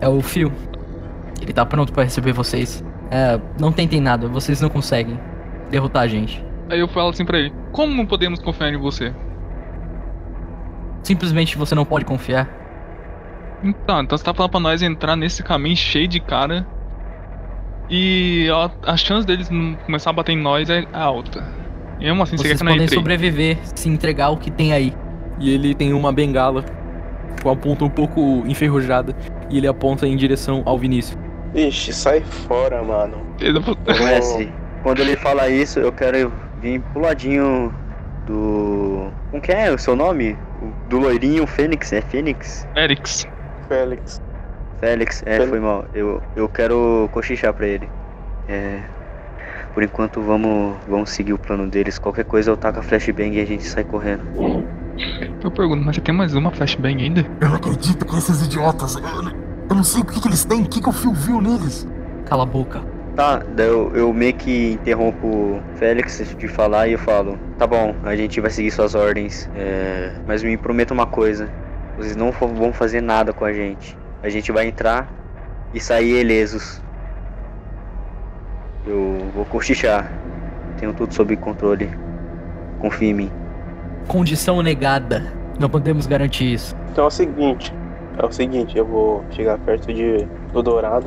F: É o Fio. Ele tá pronto pra receber vocês. É, não tentem nada, vocês não conseguem derrotar a gente.
D: Aí eu falo assim pra ele: Como podemos confiar em você?
F: Simplesmente você não pode confiar.
D: Então, então você tá falando pra nós entrar nesse caminho cheio de cara. E ó, a chance deles não começar a bater em nós é alta. E mesmo assim, você quer
F: vocês
D: que não
F: podem
D: entre.
F: sobreviver, se entregar ao que tem aí.
A: E ele tem uma bengala com a ponta um pouco enferrujada. E ele aponta em direção ao Vinícius.
C: Ixi, sai fora, mano.
D: Ele-
B: Mestre, Então, é, quando ele fala isso, eu quero vir pro ladinho do. Como que é o seu nome? O- Do loirinho Fênix, é Fênix?
D: Erix.
C: Félix.
B: Félix, é,
C: Fênix.
B: foi mal. Eu, eu quero cochichar pra ele. É. Por enquanto vamos, vamos seguir o plano deles. Qualquer coisa eu taco a flashbang e a gente sai correndo.
D: Eu pergunto, mas você tem mais uma flashbang ainda?
E: Eu não acredito que esses idiotas. Eu, eu não sei o que, que eles têm, o que, que o Fio viu neles.
F: Cala a boca.
B: Tá, daí eu, eu meio que interrompo o Félix de falar e eu falo, tá bom, a gente vai seguir suas ordens. é, mas me prometa uma coisa. Vocês não fo- vão fazer nada com a gente. A gente vai entrar e sair ilesos. Eu vou cochichar. Tenho tudo sob controle. Confia em mim.
F: Condição negada. Não podemos garantir isso.
C: Então é o seguinte. É o seguinte, eu vou chegar perto de do Dourado.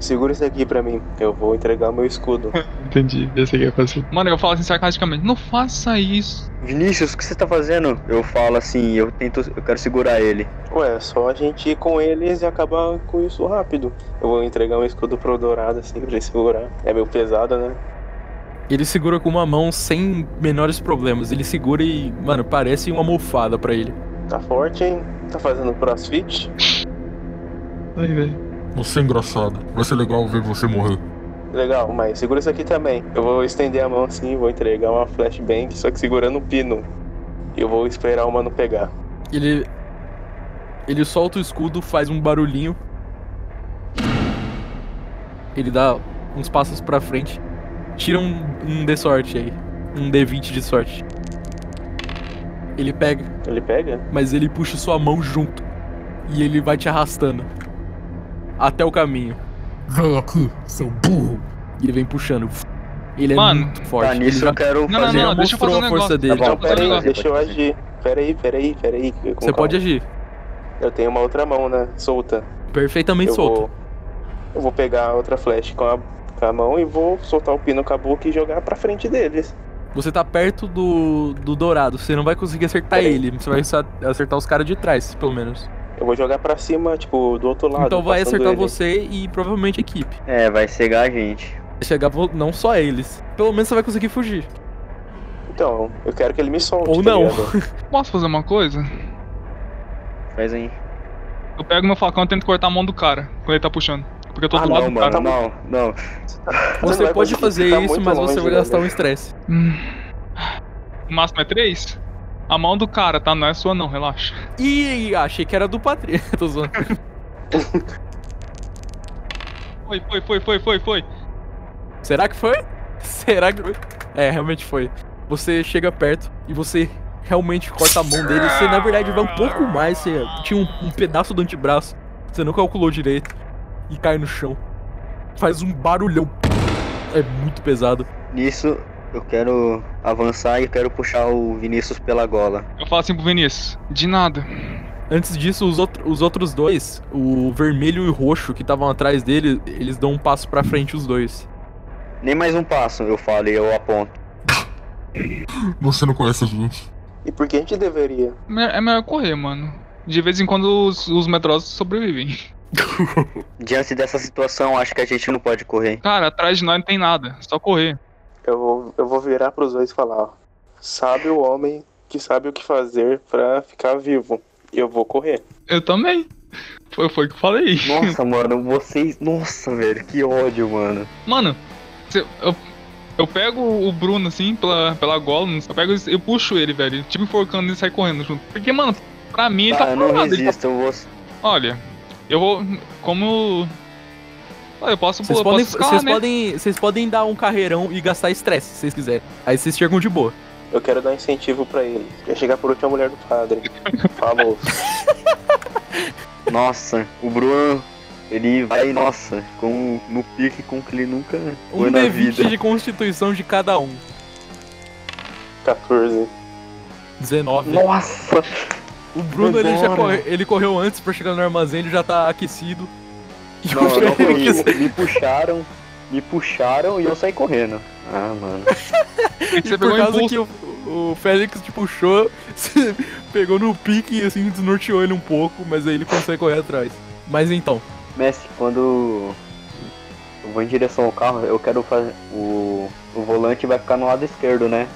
C: Segura isso aqui pra mim. Eu vou entregar meu escudo.
D: Entendi, esse aqui é fácil. Mano, eu falo assim sarcasticamente: Não faça isso.
B: Vinícius, o que você tá fazendo? Eu falo assim, eu tento. Eu quero segurar ele. "Tá,
C: Ué, é só a gente ir com eles e acabar com isso rápido. Eu vou entregar um escudo pro Dourado assim pra ele segurar. É meio pesado, né?
A: Ele segura com uma mão sem menores problemas. Ele segura e, mano, parece uma almofada pra ele.
C: Tá forte, hein? Tá fazendo crossfit?
D: Aí, velho.
E: Você é engraçado. Vai ser legal ver você morrer.
C: Legal, mas segura isso aqui também. Eu vou estender a mão assim, vou entregar uma flashbang, só que segurando um pino. E eu vou esperar o mano pegar.
A: Ele. Ele solta o escudo, faz um barulhinho. Ele dá uns passos pra frente. Tira um, um D sorte aí. Um D20 de sorte. Ele pega,
C: Ele pega?
A: mas ele puxa sua mão junto. E ele vai te arrastando. Até o caminho.
F: Vem aqui, seu burro.
A: E ele vem puxando. Ele é
D: Mano,
A: muito forte.
B: tá
A: Ele
B: nisso,
A: já-
B: eu quero
D: Não,
B: fazer.
A: ele já
D: não, deixa eu
A: mostrou
D: fazer um
A: a força
D: negócio.
A: dele.
B: Tá bom,
D: fazer um
C: Pera aí,
D: negócio.
C: deixa eu
B: pode
C: agir. Pera aí, pera aí, pera aí. com
A: Você pode
C: calma.
A: agir.
C: Eu tenho uma outra mão, né? Solta.
A: Perfeitamente
C: eu
A: solto.
C: Vou, eu vou pegar a outra flash com a, com a mão e vou soltar o pino kabuki e jogar pra frente deles.
A: Você tá perto do, do dourado, você não vai conseguir acertar
C: Peraí.
A: ele, você vai só acertar os caras de trás, pelo menos.
C: Eu vou jogar pra cima, tipo, do outro lado.
A: então vai
C: passando
A: acertar
C: ele.
A: você e provavelmente a equipe.
B: É, vai cegar a gente.
A: Vai Chegar vo- não só eles. Pelo menos você vai conseguir fugir.
C: Então, eu quero que ele me solte.
A: Ou
C: tá
A: não.
C: ligado?
D: Posso fazer uma coisa?
B: Faz aí.
D: Eu pego meu facão e tento cortar a mão do cara quando ele tá puxando. Porque eu tô
C: Ah,
D: do
C: não,
D: lado
B: Não,
D: do cara.
B: mano, não, não.
A: Você
C: vai
A: pode
C: conseguir,
A: fazer
C: tá
A: isso,
C: muito
A: mas você
C: longe,
A: vai
C: né,
A: gastar um
C: velho?
A: estresse.
D: Hum. O máximo é três? A mão do cara, tá? Não é sua não, relaxa.
A: Ih, achei que era do Patrícia. Tô zoando.
D: Foi, foi, foi, foi, foi, foi.
A: Será que foi? Será que foi? É, realmente foi. Você chega perto e você realmente corta a mão dele. Você, na verdade, vai um pouco mais. Você tinha um, um pedaço do antebraço. Você não calculou direito. E cai no chão. Faz um barulhão. É muito pesado.
B: Nisso, eu quero avançar e quero puxar o Vinícius pela gola.
D: Eu falo assim pro Vinícius, de nada.
A: Antes disso, os, outro- os outros dois, o vermelho e o roxo que estavam atrás dele, eles dão um passo pra frente, os dois.
B: Nem mais um passo, eu falo e eu aponto.
E: Você não conhece a gente.
C: E por que a gente deveria?
D: Me- É melhor é correr, mano. De vez em quando os, os medrosos sobrevivem.
B: Diante dessa situação, acho que a gente não pode correr.
D: Cara, atrás de nós não tem nada, é só correr.
C: Eu vou, eu vou virar pros dois e falar, ó. Sabe o homem que sabe o que fazer pra ficar vivo. Eu vou correr.
D: Eu também. Foi, foi o que eu falei.
B: Nossa, mano, vocês. Nossa, velho, que ódio, mano.
D: Mano, cê- eu, eu pego o Bruno assim, pela, pela gola, eu pego e- eu puxo ele, velho. Tipo enforcando ele e sai correndo junto. Porque, mano, pra mim ele
B: Tá,
D: tá
B: eu não
D: formado. ele tá-
B: resisto, eu vou.
D: Olha, eu vou. Como. Ah, eu posso
A: Vocês
D: eu
A: podem,
D: posso escalar,
A: vocês
D: né?
A: podem, vocês podem dar um carreirão e gastar estresse, se vocês quiserem. Aí vocês chegam de boa.
C: Eu quero dar incentivo pra ele. Quer chegar por último a mulher do padre. Falou.
B: Nossa, o Bruno, ele vai, nossa, com, no pique com que ele nunca foi
A: Um
B: na
A: D20
B: vida.
A: de constituição de cada um.
C: 14.
A: 19.
B: Nossa!
A: O Bruno ele já
B: Agora.
A: corre- ele correu antes pra chegar no armazém, ele já tá aquecido. E
B: Não, eu não
A: Fred
B: corri.
A: que-
B: me puxaram, me puxaram e eu saí correndo. Ah, mano.
D: Você
A: por
D: pegou o
A: causa
D: impulso.
A: que o, o Félix te puxou, você pegou no pique e assim desnorteou ele um pouco, mas aí ele consegue correr atrás. Mas então,
B: Messi, quando eu vou em direção ao carro, eu quero fazer. O, o volante vai ficar no lado esquerdo, né?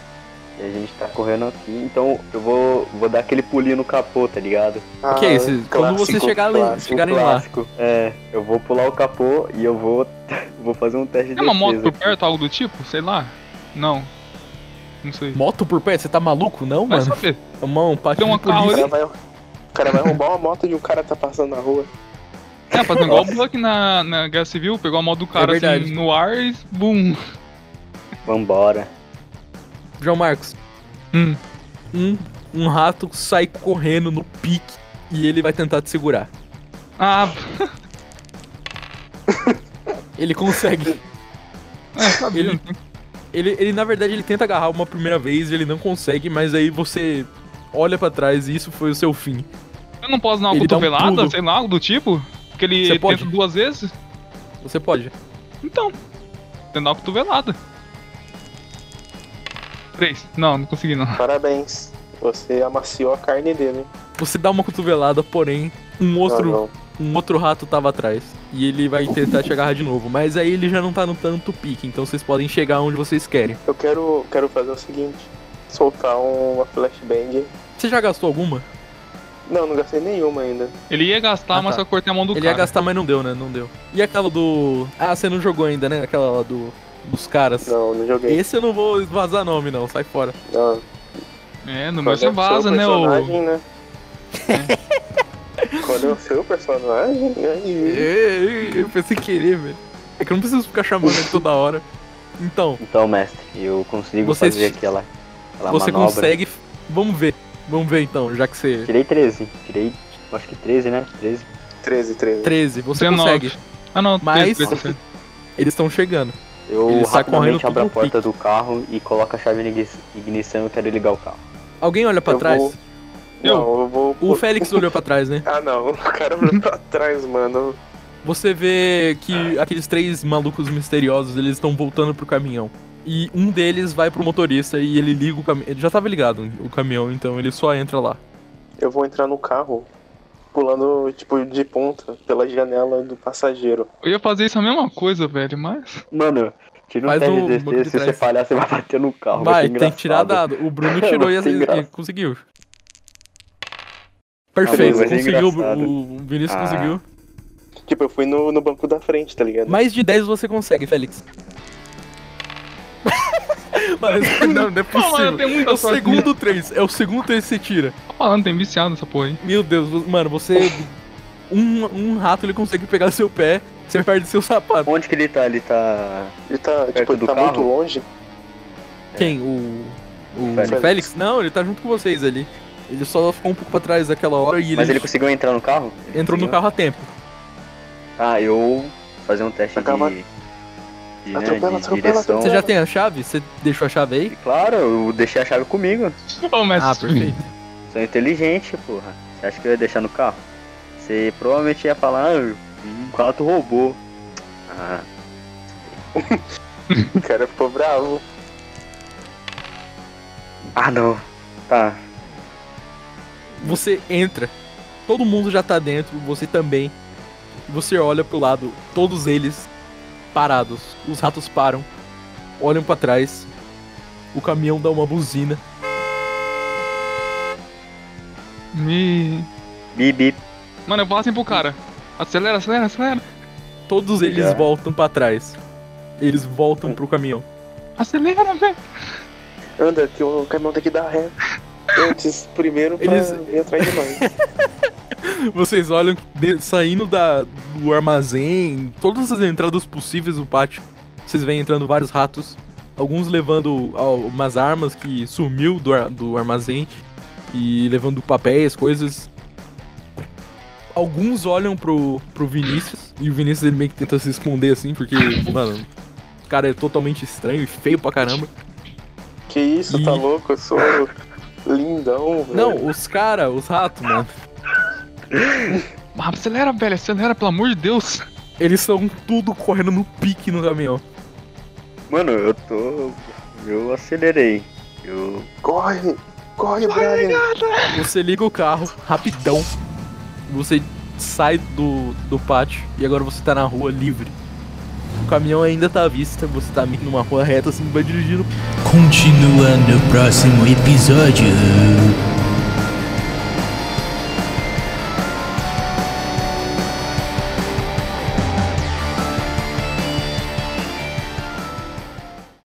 B: E a gente tá correndo aqui, então eu vou, vou dar aquele pulinho no capô, tá ligado?
C: Ah,
A: que é isso? Quando
C: clássico,
A: vocês chegarem,
C: clássico.
A: chegarem
B: o
A: lá,
B: clássico. É, eu vou pular o capô e eu vou, vou fazer um teste de
A: É
D: Tem É uma moto
B: defesa.
D: por perto, algo do tipo? Sei lá. Não. Não sei.
A: moto por pé, você tá maluco? Não,
D: Vai
A: mano.
D: saber.
A: Tomar um pátio
D: Tem uma
A: de polícia.
D: carro
C: O cara, vai, o cara vai roubar uma moto de um cara que tá passando na rua.
D: É, fazendo igual o Buck na, na Guerra Civil, pegou a moto do cara
A: É verdade.
D: assim, no ar e bum.
B: Vambora.
A: João Marcos,
D: Hum.
A: um, um rato sai correndo no pique e ele vai tentar te segurar.
D: Ah,
A: Ele consegue.
D: é, sabia.
A: Ele- Ele, ele, na verdade, ele tenta agarrar uma primeira vez, ele não consegue, mas aí você olha pra trás e isso foi o seu fim.
D: Eu não posso dar uma
A: Ele dá um
D: cotovelada,
A: pulo.
D: sei lá, algo do tipo? Porque ele
A: Você
D: tenta
A: pode?
D: duas vezes?
A: Você pode.
D: Então, tentar uma cotovelada. Três. Não, não consegui não.
C: Parabéns. Você amaciou a carne dele.
A: Você dá uma cotovelada, porém, um outro,
C: Ah, Não, não.
A: um outro rato tava atrás. E ele vai tentar te agarrar de novo. Mas aí ele já não tá no tanto pique, então vocês podem chegar onde vocês querem.
C: Eu quero, quero fazer o seguinte. Soltar um, uma flashbang.
A: Você já gastou alguma?
C: Não, não gastei nenhuma ainda.
D: Ele ia gastar,
A: Ah,
D: mas
A: tá.
D: só cortei a mão do
A: ele ia
D: cara.
A: gastar, mas não deu, né? Não deu. E aquela do. Ah, você não jogou ainda, né? Aquela lá do. Dos caras.
C: Não, não joguei.
A: Esse eu não vou vazar nome, não. Sai fora.
C: Não.
D: É, no
C: Qual
D: meu você
C: é o
D: vaza,
C: seu
D: né, ô.
C: personagem, né? Quando é o seu personagem, né? aí.
A: Ei, Eu pensei querer, velho. É que eu não preciso ficar chamando ele toda hora. Então,
B: Então, mestre, eu consigo
A: Vocês-
B: fazer aquela,
C: Tá
B: aquela
A: você
B: manobra.
A: consegue. Vamos ver. Vamos ver então, já que você.
B: Tirei 13. Tirei, acho que 13, né? 13.
C: 13, 13.
A: 13, você
D: 19.
A: consegue.
D: Ah não,
A: Mas-
D: três, três, três.
A: Eles estão chegando.
B: Eu
A: Ele sai correndo
B: rapidamente abro a
A: tudo no
B: porta do carro e coloco a chave na igni- ignição e quero ligar o carro.
A: Alguém olha pra
C: Eu
A: trás?
C: vou- Não, eu vou.
A: O Félix olhou pra trás, né?
C: Ah, não. O cara olhou pra trás, mano.
A: Você vê que aqueles três malucos misteriosos, eles estão voltando pro caminhão. E um deles vai pro motorista e ele liga o caminhão. Ele já tava ligado o caminhão, então ele só entra lá.
C: Eu vou entrar no carro pulando, tipo, de ponta pela janela do passageiro.
D: Eu ia fazer isso a mesma coisa, velho, mas.
B: Mano, tira um
A: Faz
B: teste
A: um
B: de
A: banco de
B: DC, se você
A: trás.
B: falhar, você vai bater no carro.
A: vai,
B: ser
A: tem que tirar
B: Ah, engraçado.
A: dado. O Bruno tirou e
B: Vai ser
A: e
B: engraçado.
A: conseguiu. Perfeito,
B: vai ser
A: conseguiu.
B: é engraçado.
A: O o Vinícius
B: Ah.
A: conseguiu.
C: Tipo, eu fui no, no banco da frente, tá ligado?
A: Mais de 10 você consegue, Félix. Mas, não, não é
D: Não, mas eu
A: possível.
D: tenho
A: É
D: muita
A: o
D: sorte.
A: segundo 3, é o segundo 3 que você tira.
D: Tô falando, tem viciado nessa porra aí.
A: Meu Deus, vo- mano, você. Um, um rato ele consegue pegar seu pé, você perde seu sapato.
B: Onde que ele tá? Ele tá.
C: Ele tá, tipo,
B: Perto
C: ele
B: do
C: tá
B: carro?
C: muito longe.
A: Quem? O. O
B: Félix.
A: Félix. Não, ele tá junto com vocês ali. Ele só ficou um pouco pra trás daquela hora e
B: Mas
A: ele,
B: ele conseguiu entrar no carro? Ele
A: entrou no
B: conseguiu?
A: carro a tempo.
B: Ah, eu fazer um teste
C: Acaba-
B: de. de, né,
C: Atropela,
B: de
C: atropela,
B: direção.
A: Você
C: atropela.
A: já tem a chave? Você deixou a chave aí?
B: Claro, eu deixei a chave comigo.
D: Ô, mas.
A: Ah, perfeito.
B: Sou inteligente, porra. Você acha que eu ia deixar no carro? Você provavelmente ia falar, ah, um rato roubou. Ah,
C: O cara ficou bravo.
B: ah não. Tá.
A: Você entra. Todo mundo já tá dentro, você também. Você olha pro lado, todos eles parados. Os ratos param, olham pra trás. O caminhão dá uma buzina.
D: Me...
B: Bibi.
D: Mano, eu falo assim pro cara. Acelera, acelera, acelera.
A: Todos eles
B: Já.
A: voltam pra trás. Eles voltam pro caminhão.
D: Acelera, velho.
C: Anda, que o caminhão tem que dar ré. Antes, primeiro, pra
A: Eles-
C: ir atrás de nós.
A: Vocês olham de- saindo da, do armazém, todas as entradas possíveis do pátio. Vocês veem entrando vários ratos, alguns levando al- umas armas que sumiu do, ar- do armazém e levando papéis, coisas. Alguns olham pro, pro Vinícius e o Vinícius ele meio que tenta se esconder assim, porque, mano, o cara é totalmente estranho e feio pra caramba.
C: Que isso, tá
A: Ih.
C: louco? Eu sou lindão, velho.
A: Não, os cara, os ratos, mano.
D: Ah, Acelera, velho, acelera, pelo amor de Deus.
A: Eles são tudo correndo no pique no caminhão.
B: Mano, eu tô. Eu acelerei. Eu.
C: Corre! Corre, Brian!
A: Você liga o carro rapidão. Você sai do, do pátio e agora você tá na rua livre. O caminhão ainda tá à vista, você tá numa rua reta assim, vai dirigindo.
G: Continua no próximo episódio.